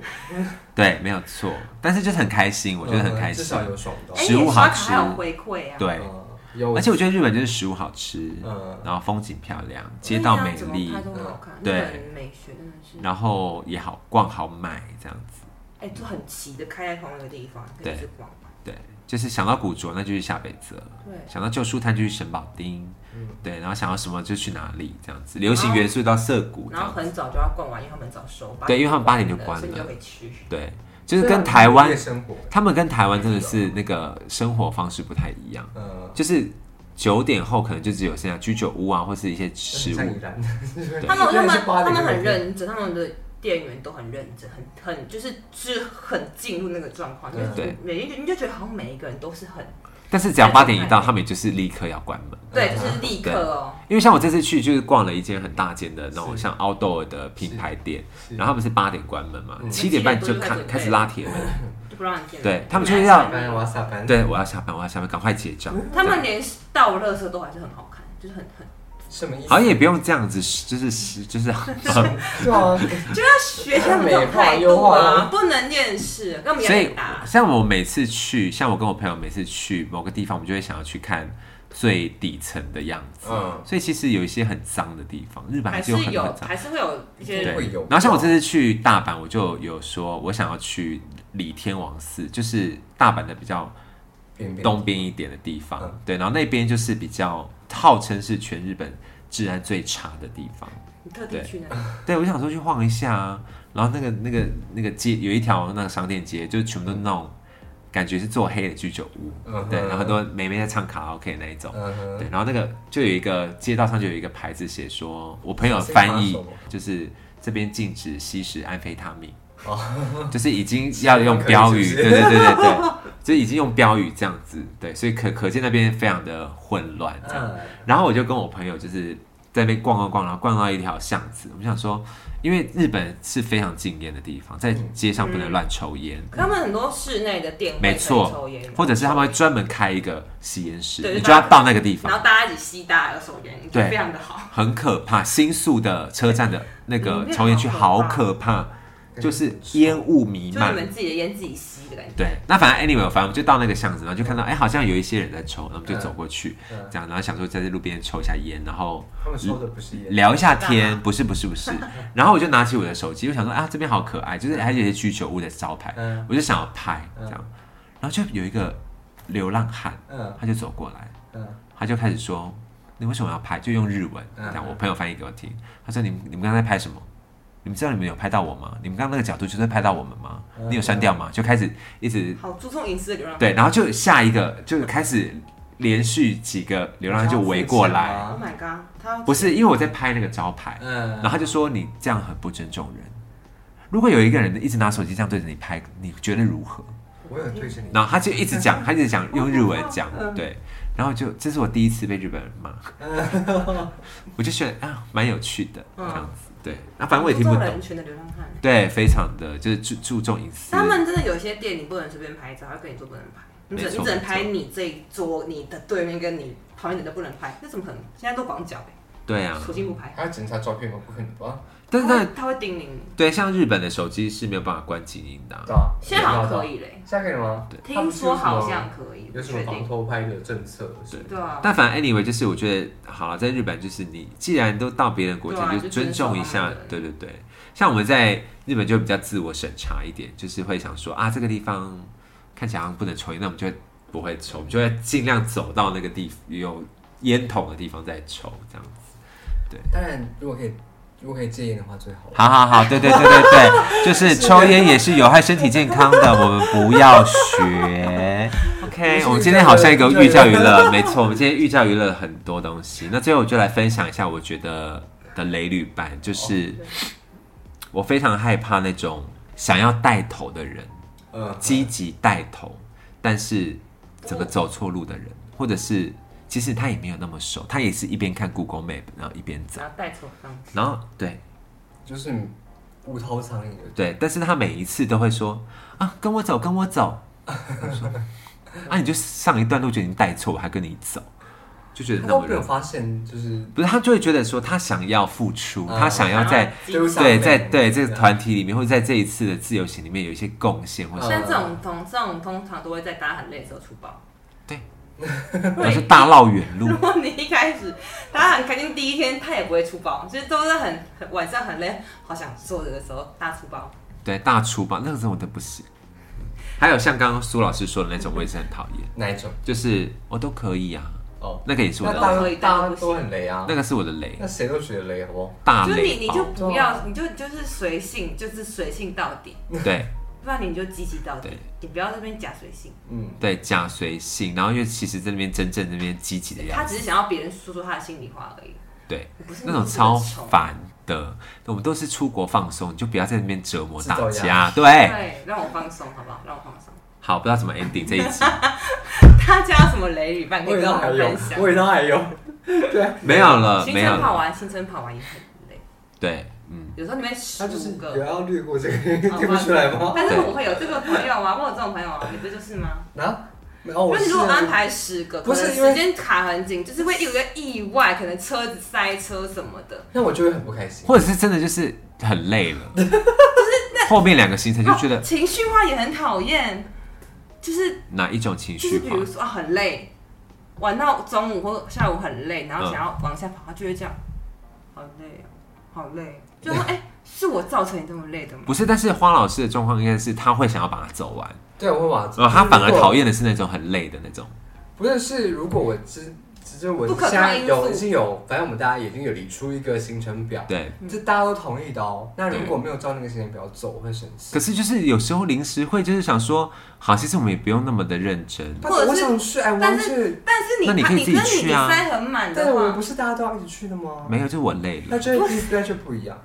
S3: 对，没有错。但是就是很开心，我觉得很开
S2: 嗯至
S3: 心。
S2: 少有爽到
S1: 哎、。
S3: 食物
S1: 你刷
S3: 好
S1: 卡
S3: 吃
S1: 还有回馈啊。
S3: 对，
S2: 嗯有，
S3: 而且我觉得日本就是食物好吃，
S2: 嗯
S3: 然后风景漂亮，街道美丽
S1: 对啊，怎么拍都很好看，日
S3: 对
S1: 本美学真的是，
S3: 然后也好逛好买这样子。
S1: 哎、就很齐的开在同一个地方，可以去逛。
S3: 对，就是想到古着那就去下北泽，
S1: 对，嗯
S3: 想到旧书摊就去神保町，对，然后想到什么就去哪里这样子。流行元素到涩谷这
S1: 然后
S3: 样子，
S1: 很早就要逛完，因为他们很早收吧。
S3: 对因为他们八点就关了
S1: 所以你就啊可以去。
S3: 对，就是跟台湾
S2: 夜，生活，
S3: 他们跟台湾真的是那个生活方式不太一样。
S2: 嗯，
S3: 就是九点后可能就只有剩下居酒屋啊，或是一些食
S2: 像宜
S3: 物。
S2: 兰，
S1: 他们他
S2: 对
S1: 们
S2: 是八点
S1: 他们
S2: 就可以
S1: 很认真，他们的店员都很认真，很很就是是很进入那个状况，
S2: 啊
S1: 就是
S3: 对
S1: 每一个你就觉得好像每一个人都是很
S2: 嗯
S3: 但是只要八点一到，他们也就是立刻要关门。
S1: 对，
S2: 啊
S1: 就是立刻哦。
S3: 因为像我这次去就是逛了一间很大间的那种
S2: 是
S3: 像 outdoor 的品牌店，
S2: 是
S3: 然后他们是八点关门嘛，
S2: 嗯
S3: 七点半
S1: 七点多就
S3: 就
S1: 开
S3: 看
S1: 始
S3: 开始拉铁门，
S1: 就不让你进来。
S3: 对他们就是要
S2: 下班哎我要下班，
S3: 对我要下班，我要下班，赶快结账。
S1: 他
S3: 这
S1: 们
S3: 样
S1: 连倒垃圾都还是很好看，就是很很
S2: 什么意思？
S3: 好像也不用这样子，就是就是， <laughs>
S2: 对啊，
S1: 就要
S2: <laughs>
S1: 学他们这种态
S2: 美化优
S1: 度
S2: 化
S1: 啊
S2: 啊，
S1: 不能厌世，跟我们一
S3: 所
S1: 样
S3: 以
S1: 打。
S3: 像我每次去，像我跟我朋友每次去某个地方，我们就会想要去看最底层的样子。
S2: 嗯，
S3: 所以其实有一些很脏的地方，日本
S1: 还
S3: 还
S1: 是
S3: 是有很多
S1: 有
S3: 很，脏。
S1: 还是会有一些
S2: 对会有
S3: 然后像我这次去大阪，我就有说我想要去李天王寺，就是大阪的比较
S2: 边边
S3: 东边一点的地方。
S2: 嗯
S3: 对，然后那边就是比较号称是全日本治安最差的地方。
S1: 你特地去那里，
S3: 对，我想说去晃一下啊。然后那个那个那个街有一条那个商店街，就是全部都是那种感觉是做黑的居酒屋，
S2: 嗯哼
S3: 对，然后很多妹妹在唱卡拉 OK 那一种。
S2: 嗯哼，
S3: 对，然后那个就有一个街道上就有一个牌子写说，我朋友
S2: 是
S3: 翻译
S2: 扒手吗
S3: 就是这边禁止吸食安非他命，
S2: 哦，
S3: <laughs> 就是已经要用
S2: 可以
S3: 标
S2: <laughs>
S3: 语，
S2: 是不
S3: 对
S2: 是啊
S3: 对对对对，就是已经用标语这样子，对，所以可可见那边非常的混乱这样。
S2: 嗯
S3: 然后我就跟我朋友就是在那边逛啊逛逛，然后逛到一条巷子，我们想说，因为日本是非常禁烟的地方，在
S1: 嗯
S3: 街上不能乱抽烟，
S1: 可他们很多室内的店会
S3: 没
S1: 可以抽
S3: 错
S1: 烟，，
S3: 或者是他们会专门开一个吸烟室，
S1: 对
S3: 你
S1: 就
S3: 就要
S1: 大家
S3: 到那个地方
S1: 然。后大家一起吸大家的手烟，就
S3: 对
S1: 非常的好。
S3: 很可怕，新宿的车站的那个抽烟区好可怕，就是烟雾弥
S1: 就你
S3: 漫。
S1: 们自己的烟自己吸的感觉。
S3: 对，那反正 anyway，反正我们就到那个巷子，然后就看到，哎、好像有一些人在抽，然后我们就走过去，
S2: 嗯
S3: 这样，然后想说在这路边抽一下烟，然后
S2: 他们说的不是烟，
S3: 聊一下天，不是不是不是， <laughs> 然后我就拿起我的手机，我想说啊，这边好可爱，就是还有一些居酒屋的招牌，
S2: 嗯
S3: 我就想要拍这样，然后就有一个流浪汉，
S2: 嗯
S3: 他就走过来，
S2: 嗯，
S3: 他就开始说：“你为什么要拍？”就用日文
S2: 嗯
S3: 讲，我朋友翻译给我听。他说：“你们你们刚才在拍什么？你们知道你们有拍到我吗？你们刚刚那个角度就是拍到我们吗？
S2: 嗯
S3: 你有删掉吗？”就开始一直
S1: 好注重隐私的流浪。
S3: 对，然后就下一个就开始连续几个流浪汉就围过
S2: 你知道
S3: 来，
S2: 吗
S1: Oh my god，他
S3: 啊不是因为我在拍那个招牌，
S2: 嗯
S3: 然后他就说你这样很不尊重人。如果有一个人一直拿手机这样对着你拍，你觉得如何？
S2: 我有对着你，
S3: 然后他就一直讲，他一直讲用日文讲，
S1: 嗯
S3: 对，然后就这是我第一次被日本人
S1: <laughs>
S3: 骂，我就觉得啊蛮有趣的这
S1: 嗯
S3: 样子，对，那反正我也听不
S1: 注重
S3: 懂
S1: 人，群的流浪汉。
S3: 对，非常的就是注注重隐私
S1: 他，们真的有些店你不能随便拍照，他跟你说不能拍，你只
S3: 没错
S1: 你只能拍
S3: 没
S1: 你这一桌、你的对面跟你旁边的都不能拍，那怎么可能？现在都绑脚欸
S3: 对啊，
S1: 手机不拍，
S2: 还要检查照片吗？不可能吧？
S3: 但是
S1: 他会
S3: 那
S1: 他会叮咛你。
S3: 对像日本的手机是没有办法关静音的啊，
S2: 对啊，
S1: 现在好像可，以嘞，
S2: 现在可以吗？他
S1: 听
S2: 不是
S1: 说
S2: 有什么
S1: 好像可以，不
S2: 有什么
S1: 确
S2: 防
S1: 定。
S2: 偷拍的政策？
S3: 对
S1: 对啊，
S3: 但反正 anyway 就是我觉得好了，在日本就是你既然都到别人国
S1: 对
S3: 家，
S1: 啊
S3: 就尊重一下
S1: 就尊重，
S3: 对对对，像我们在日本就比较自我审查一点，就是会想说啊这个地方看起来好像不能抽烟，那我们就会不会抽，我们就会尽量走到那个地有烟筒的地方再抽这样子。
S2: 当然，如果可以如果可以戒烟的话最好了。
S3: 好好好，对对对对对，就是抽烟也是有害身体健康的，我们不要学。OK，我们今天好像一个寓教于乐，没错，我们今天寓教于乐很多东西。那最后我就来分享一下我觉得的雷旅版，就是我非常害怕那种想要带头的人，
S2: 嗯，
S3: 积极带头，但是整个走错路的人，或者是其实他也没有那么熟，他也是一边看 Google Map，然后一边走，
S1: 然后带错方向。
S3: 然后对。
S2: 就是无头苍蝇的。
S3: 对，但是他每一次都会说啊，跟我走，跟我走。 <laughs> 我说啊，你就上一段路就已经带错，我还跟你走，就觉得
S2: 他
S3: 那
S2: 都
S3: 么
S2: 没有
S3: 热。
S2: 发现，就是
S3: 不是，他就会觉得说他想要付出，
S2: 嗯
S3: 他想要在
S1: 积极
S2: 对
S3: 对在对这个团体里面，或者在这一次的自由行里面有一些贡献，或者
S1: 像这种通这种通常都会在大家很累的时候出包。
S3: 或是大绕远路
S1: 如。果你一开始大家很开心，第一天他也不会出包，就是都是很很晚上很累，好想坐着的时候大出包。
S3: 对，大厨吧，那个时候我都不行。还有像刚刚苏老师说的那种，我也是很讨厌，
S2: 哪一种？
S3: 就是我都可以啊，
S2: 哦，
S3: 那个也是我
S2: 那
S3: 的
S2: 大
S3: 雷，
S1: 然
S2: 家大家都很雷啊
S3: 那，个是我的雷
S2: 那，谁都觉得雷，好不好？
S3: 大
S1: 就是你
S3: 雷
S1: 你
S3: 包
S1: 就。不要，你就就是随性，就是随性到底，
S3: 对，
S1: 不然你就积极到底
S3: 对，
S1: 你不要这边假随性。
S2: 嗯，
S3: 对，假随性，然后又其实在那边真正那边积极的
S1: 他
S3: 样子，
S1: 只是想要别人说说他的心里话而已，
S3: 对，
S1: 不是
S3: 那种超烦的。我们都是出国放松，你就不要在那边折磨大
S2: 制造
S3: 家。对，
S1: 对，让我放松好不好？让我放松。
S3: 好，不知道怎么 ending
S1: <laughs>
S3: 这一集，
S1: 他家什么雷雨伴可
S2: 我
S1: 以
S2: 也
S1: 跟
S2: 到
S1: 我
S2: 还
S1: 们
S2: 有
S1: 分，享。
S2: 我也到还有，对，
S3: 没有了，
S1: 行
S3: 没有
S1: 程跑
S3: 了，
S1: 完，行程跑完也很累，
S3: 对，嗯，
S1: 有时候你们十
S2: 他就是
S1: 五个
S2: 有。要略过这个，
S1: 哦
S2: 听不出来吗？
S1: 但是我会有这个朋友啊，我有这种朋友啊，你不就是吗？
S2: 啊，然后
S1: 因
S2: 我
S1: 为你
S2: 是
S1: 如果安排十个，
S2: 不是
S1: 可能
S2: 因为
S1: 时间卡很紧，就是会有一个意外，可能车子塞车什么的。
S2: 那我就会很不开心。
S3: 或者是真的就是很累
S1: <laughs>
S3: 了，后面两个行程就觉
S1: 哦
S3: 得
S1: 情绪化也很讨厌，就是
S3: 哪一种情
S1: 就是
S3: 绪
S1: 比
S3: 化
S1: 如？说啊很累，玩到中午或下午很累，然后
S3: 嗯
S1: 想要往下跑，他就会这样，好累哦，好累，就说哎、是我造成你这么累的吗？
S3: 嗯不是，但是花老师的状况应该是他会想要把它走完，
S2: 对，我会把
S3: 然后哦他反而讨
S2: 厌。
S3: 厌的是那种很累的那种。
S2: 不是，是如果我知，只是我
S1: 不可
S2: 现
S1: 抗
S2: 在
S1: 因素
S2: 有已经有，反正我们大家已经有理出一个行程表，
S3: 对，
S1: 嗯
S2: 这大家都同意的哦。那如果没有照那个行程表走，我会生气
S3: 可。是就是有时候临时会就是想说，好，其实我们也不用那么的认真，
S2: 但
S1: 或者是
S2: 我想去，哎，我
S1: 但
S2: 想
S1: 是
S2: 去，
S1: 但是你
S3: 那你可以
S1: 你
S3: 自己
S1: 跟你
S3: 去啊
S1: 你塞很满
S2: 但是
S1: 的
S2: 我们
S1: 话
S2: 不，是大家都要一起去的吗？
S3: 没有，就我累了
S2: 那。就意思那就不
S1: <laughs>
S2: 一样。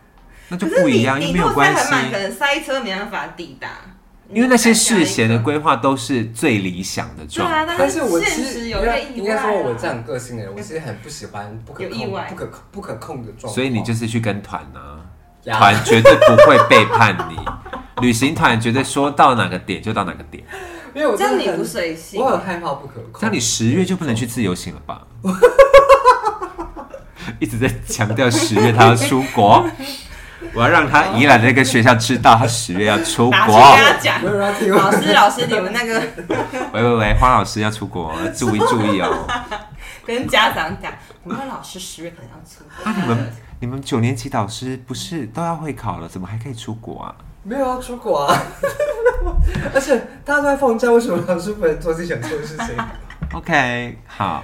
S3: 那就
S1: 可
S3: 不
S1: 是
S3: 一
S1: 你
S3: 样，又
S1: 你
S3: 没
S1: 如
S3: 有
S1: 果
S3: 关
S1: 塞
S3: 系
S1: 很。满，可能塞车没办法抵达，
S3: 因为那些事
S1: 闲
S3: 前的规划都是最理想的
S1: 对
S3: 状态，
S1: 啊，
S2: 但是我
S1: 现
S2: 其
S1: 实
S2: 实
S1: 有
S2: 应
S1: 一个
S2: 该
S1: 意
S2: 应
S1: 外、
S2: 该
S1: 啊。
S2: 说，我这样个性的人，我其实很不喜欢不可
S1: 有意
S2: 控
S1: 外、
S2: 不可不可控的状况。
S3: 所以你就是去跟团啊，
S2: 呀
S3: 团绝对不会背叛你， <laughs> 旅行团绝对说到哪个点就到哪个点。
S2: 因为我
S1: 这样
S2: 真
S1: 你
S2: 的
S1: 不
S2: 很，
S1: 随性
S2: 我，很害怕不可控。
S3: 像你十月就不能去自由行了吧？ <laughs> 一直在强调十月他要出国，我要让他宜兰的那个学校知道他十月要出
S1: 打去
S3: 国
S1: 跟。他讲
S2: 没。有人要听
S1: 老
S2: 我，
S1: 师，老师，你们那个 <laughs>
S3: 喂喂喂，花老师要出国，注意注意
S2: <laughs>
S3: 哦。
S1: 跟家长讲，我们的老师十月可能要出国。
S3: 啊，你们你们九年级导师不是都要会考了，怎么还可以出国啊？
S2: 没有要出国啊。 <laughs> 而且大家都在放假，为什么老师不能做自己想做的事
S1: <laughs>
S2: 情？
S3: OK，好，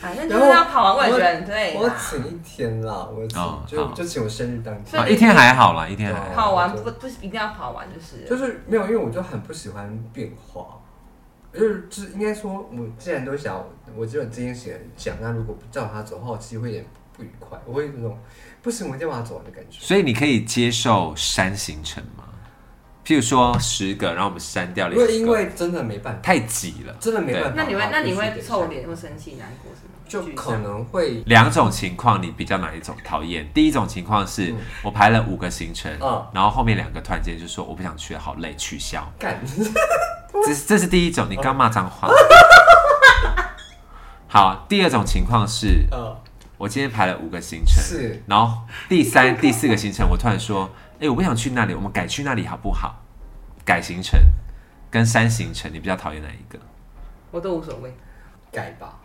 S1: 反正啊就是要跑完，我也觉得很累
S2: 我
S1: 啦。
S2: 请一天啦，我请、
S3: 哦
S2: 就
S3: 好
S2: 就请我生日当天
S1: 所以
S3: 好，。一天还好啦，一天还好。
S1: 跑完不不一定要跑完，就是
S2: 就。是没有，因为我就很不喜欢变化，就是就是应该说，我既然都想，我只有今天写讲，那如果不照他走的话，我其实会有点不愉快，我会有那种不行，我一定要把它走完的感觉。
S3: 所以你可以接受删行程吗？譬如说十个，然后我们删掉
S2: 因为
S3: 两
S2: 因
S3: 个，
S2: 为真的没办法，
S3: 太挤了，
S2: 真的没办法。
S1: 那你会
S2: 它
S1: 那你
S2: 必须
S1: 会
S2: 得
S1: 臭
S2: 删，
S1: 脸或生气、难过什么？
S2: 就
S1: 沮
S2: 可
S1: 丧
S2: 能会
S3: 两种情况，你比较哪一种讨厌？第一种情况是我排了五个行程，
S2: 嗯
S3: 然后后面两个突然间就说我不想去了，好累，取消。
S2: 干。
S3: 这是这是第一种，你刚骂脏话。好，第二种情况是
S2: 呃，
S3: 我今天排了五个行程，
S2: 是
S3: 然后第三、第四个行程，我突然说，哎、我不想去那里，我们改去那里好不好？改行程跟删行程，你比较讨厌哪一个？
S1: 我都无所谓。
S2: 改吧，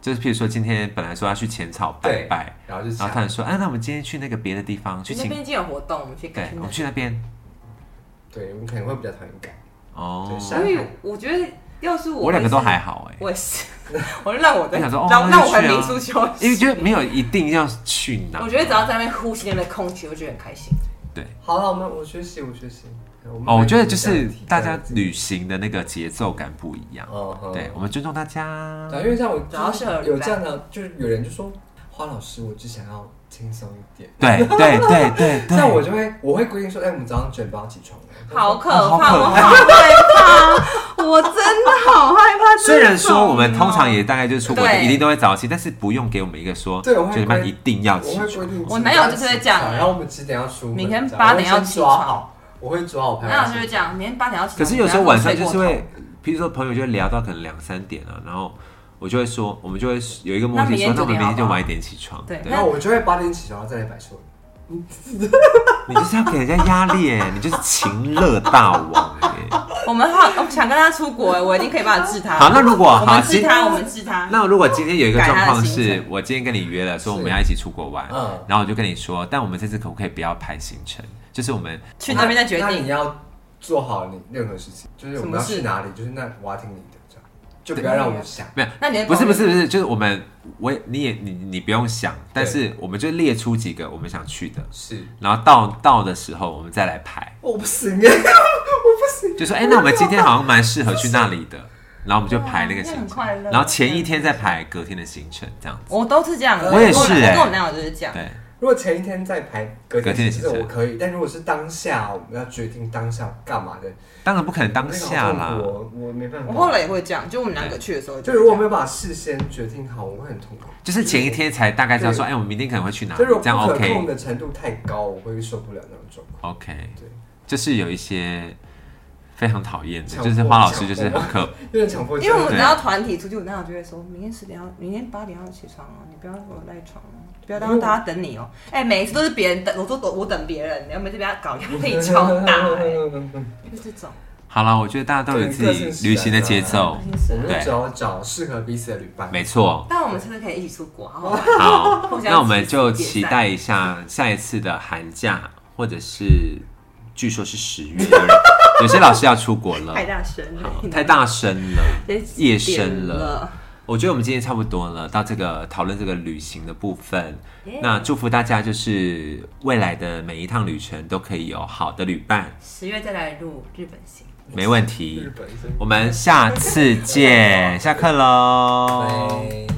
S3: 就是譬如说，今天本来说要去浅草拜
S2: 对
S3: 拜，
S2: 然后就
S3: 然后
S2: 想
S3: 突然说，哎、那我们今天去那个别的地方去
S1: 那
S3: 清，
S1: 边已经有活动，我们去
S3: 对
S1: 改，
S3: 我
S1: 那
S3: 们去那边。
S2: 对，我可能会比较讨厌改。
S3: 哦
S2: 对，
S1: 所以我觉得，要是我，
S3: 我两个都还，好哎、
S1: 我也是。 <laughs> 我就让我的，
S3: 你想说哦
S1: 让
S3: 那
S1: 让
S3: 就
S1: 我回
S3: 去啊
S1: 民宿休息。
S3: 因为就没有一定要去哪。
S1: 我觉得只要在那边呼吸那边的空气，我就觉得很开心。
S3: 对
S2: 好了，我们我学习，我学习。们
S3: 哦，我觉得就
S2: 这
S3: 是
S2: 样提
S3: 大家
S2: 这样子
S3: 旅行的那个节奏感不一样。
S2: 哦，哦
S3: 对，我们尊重大家。
S2: 对，因为像我
S1: 主要是有
S2: 有这样的，就是有人就说花老师，我只想要轻松一点。
S3: 对对对对
S2: <laughs>
S3: 对，
S2: 像我就会，我会规定说，哎、我们早上九点半要起床了。
S1: 好可
S3: 哦好
S1: 怕，
S3: 可
S1: 我好害怕，我真的好害怕。
S3: 虽然说我们通常。也大概就是出国
S1: 对
S3: 一定都会早起，但是不用给我们一个说
S2: 对我
S3: 九
S2: 会
S3: 点半
S2: 规
S3: 一定要
S2: 我
S3: 起
S2: 会
S3: 床。
S2: 规定，
S1: 我男友就是会这样
S2: 然后我们几点要出门？
S1: 明天
S2: 这样
S1: 八点要起床
S2: 我会先抓好，我会抓好排
S1: 那我
S2: 完
S1: 就
S2: 行程。
S1: 会这样，明天八点要起床。
S3: 可是有时候晚上就是
S1: 不然我睡
S3: 会，比如说朋友就会聊到可能两三点啊，然后我就会说，我们就会有一个默
S1: 那
S3: 契
S1: 明天
S3: 说，那
S1: 9
S3: 我们
S1: 点
S3: 明天就
S1: 好不好
S3: 晚一点起床。
S1: 对
S2: 然后我就会八点起床，然后再来摆手语。
S3: 你就是要给人家压力耶，你就是情乐大王
S2: <laughs>
S3: 耶。
S1: 过头我们好我想跟他出国，欸我一定可以帮他治他。
S3: 好，那如果
S1: 我
S3: 好
S1: 们治
S3: 今
S1: 他，我们治他。
S3: 那如果今天有一个
S1: 改他
S3: 状
S1: 的
S3: 况
S1: 行
S3: 是
S1: 程
S3: 我今天跟你约了，说我们
S2: 是
S3: 要一起出国玩，
S2: 嗯
S3: 然后我就跟你说，但我们这次可不可以不要排行程？就是我们
S1: 去那边再决
S2: 那
S1: 定
S2: 你。要做好你任何事情，就是我们要
S1: 什么
S2: 去
S1: 事
S2: 哪里，就是那我要听你的这样，就不要让我想。
S3: 没有，
S1: 那你啊的
S3: 不是
S1: 朋
S3: 不
S1: 友
S3: 是不是，就是我们我也你也你你不用想，但是我们就列出几个我们想去的，
S2: 是，
S3: 然后到到的时候我们再来排，
S2: 我不行哎，我
S3: 就说哎、那我们今天好像蛮适合去那里的，然后我们就排那个
S1: 哇那
S3: 行
S1: 很
S3: 程
S1: 快，乐
S3: 然后前一天再排隔天的行程，这样子。
S1: 我都是这样，
S2: 我也
S1: 跟
S3: 是
S1: 男
S3: 欸
S1: 我跟我男友就是这样。
S3: 对，
S2: 不行。如果前一天再排隔
S3: 隔天的
S2: 天，
S3: 行
S2: 其
S3: 程
S2: 实我可以，但如果是当下，我们要决定当下干嘛的，
S3: 当然不可能当
S2: 那
S3: 下啦
S2: 个好痛。苦哦我没办法。
S1: 我后来也会这样，就我们两个去的时候，
S2: 就如果没有把事先决定好，我会很痛苦。
S3: 就是前一天才大概知道说，
S2: 对
S3: 哎、我们明天可能会去哪
S2: 就
S3: 里
S2: 如果，
S3: 这样
S2: 不可
S3: OK
S2: 控的程度太高，我会受不了那种状况。
S3: OK，
S2: 对，
S3: 就是有一些非常讨厌的，
S2: 强迫
S3: 就是花老师就是很可
S2: 有点强迫症。
S1: 因为我们
S3: 对
S1: 只要团体出去，我男友就会说，明天十点要，明天八点要起床哦，你不要我赖床哦，不要让大家等你哦。哎，每一次都是别人等，我说我我等别人，然后每次被他搞压力超大，
S3: <laughs>
S1: 哎，就这种。
S3: 好了，我觉得大家都有自己旅行的节奏，
S2: 我们
S3: 对
S2: 就只要找适合彼此的旅伴。
S3: 没 <laughs> 错。
S1: 但我们真的可以一起出国，好好玩。
S3: <laughs> 好，
S1: 互相
S3: 那我们
S1: 支持
S3: 就
S1: 解散
S3: 期待一下下一次的寒假，或者是据说是十月，有些老师要出国 <laughs> 了
S1: 太，大声
S3: 好
S1: 了，
S3: 太大声了。
S1: <laughs> 直接
S3: 夜深
S1: 点
S3: 了
S1: 了。
S3: 我觉得我们今天差不多了，到这个讨论这个旅行的部分
S1: Yeah。
S3: 那祝福大家，就是未来的每一趟旅程都可以有好的旅伴，
S1: 十月再来录日本行，
S3: 没问
S2: 日
S3: 题。
S2: 本
S3: 我们下次见，下课喽。
S1: 哦
S2: 对。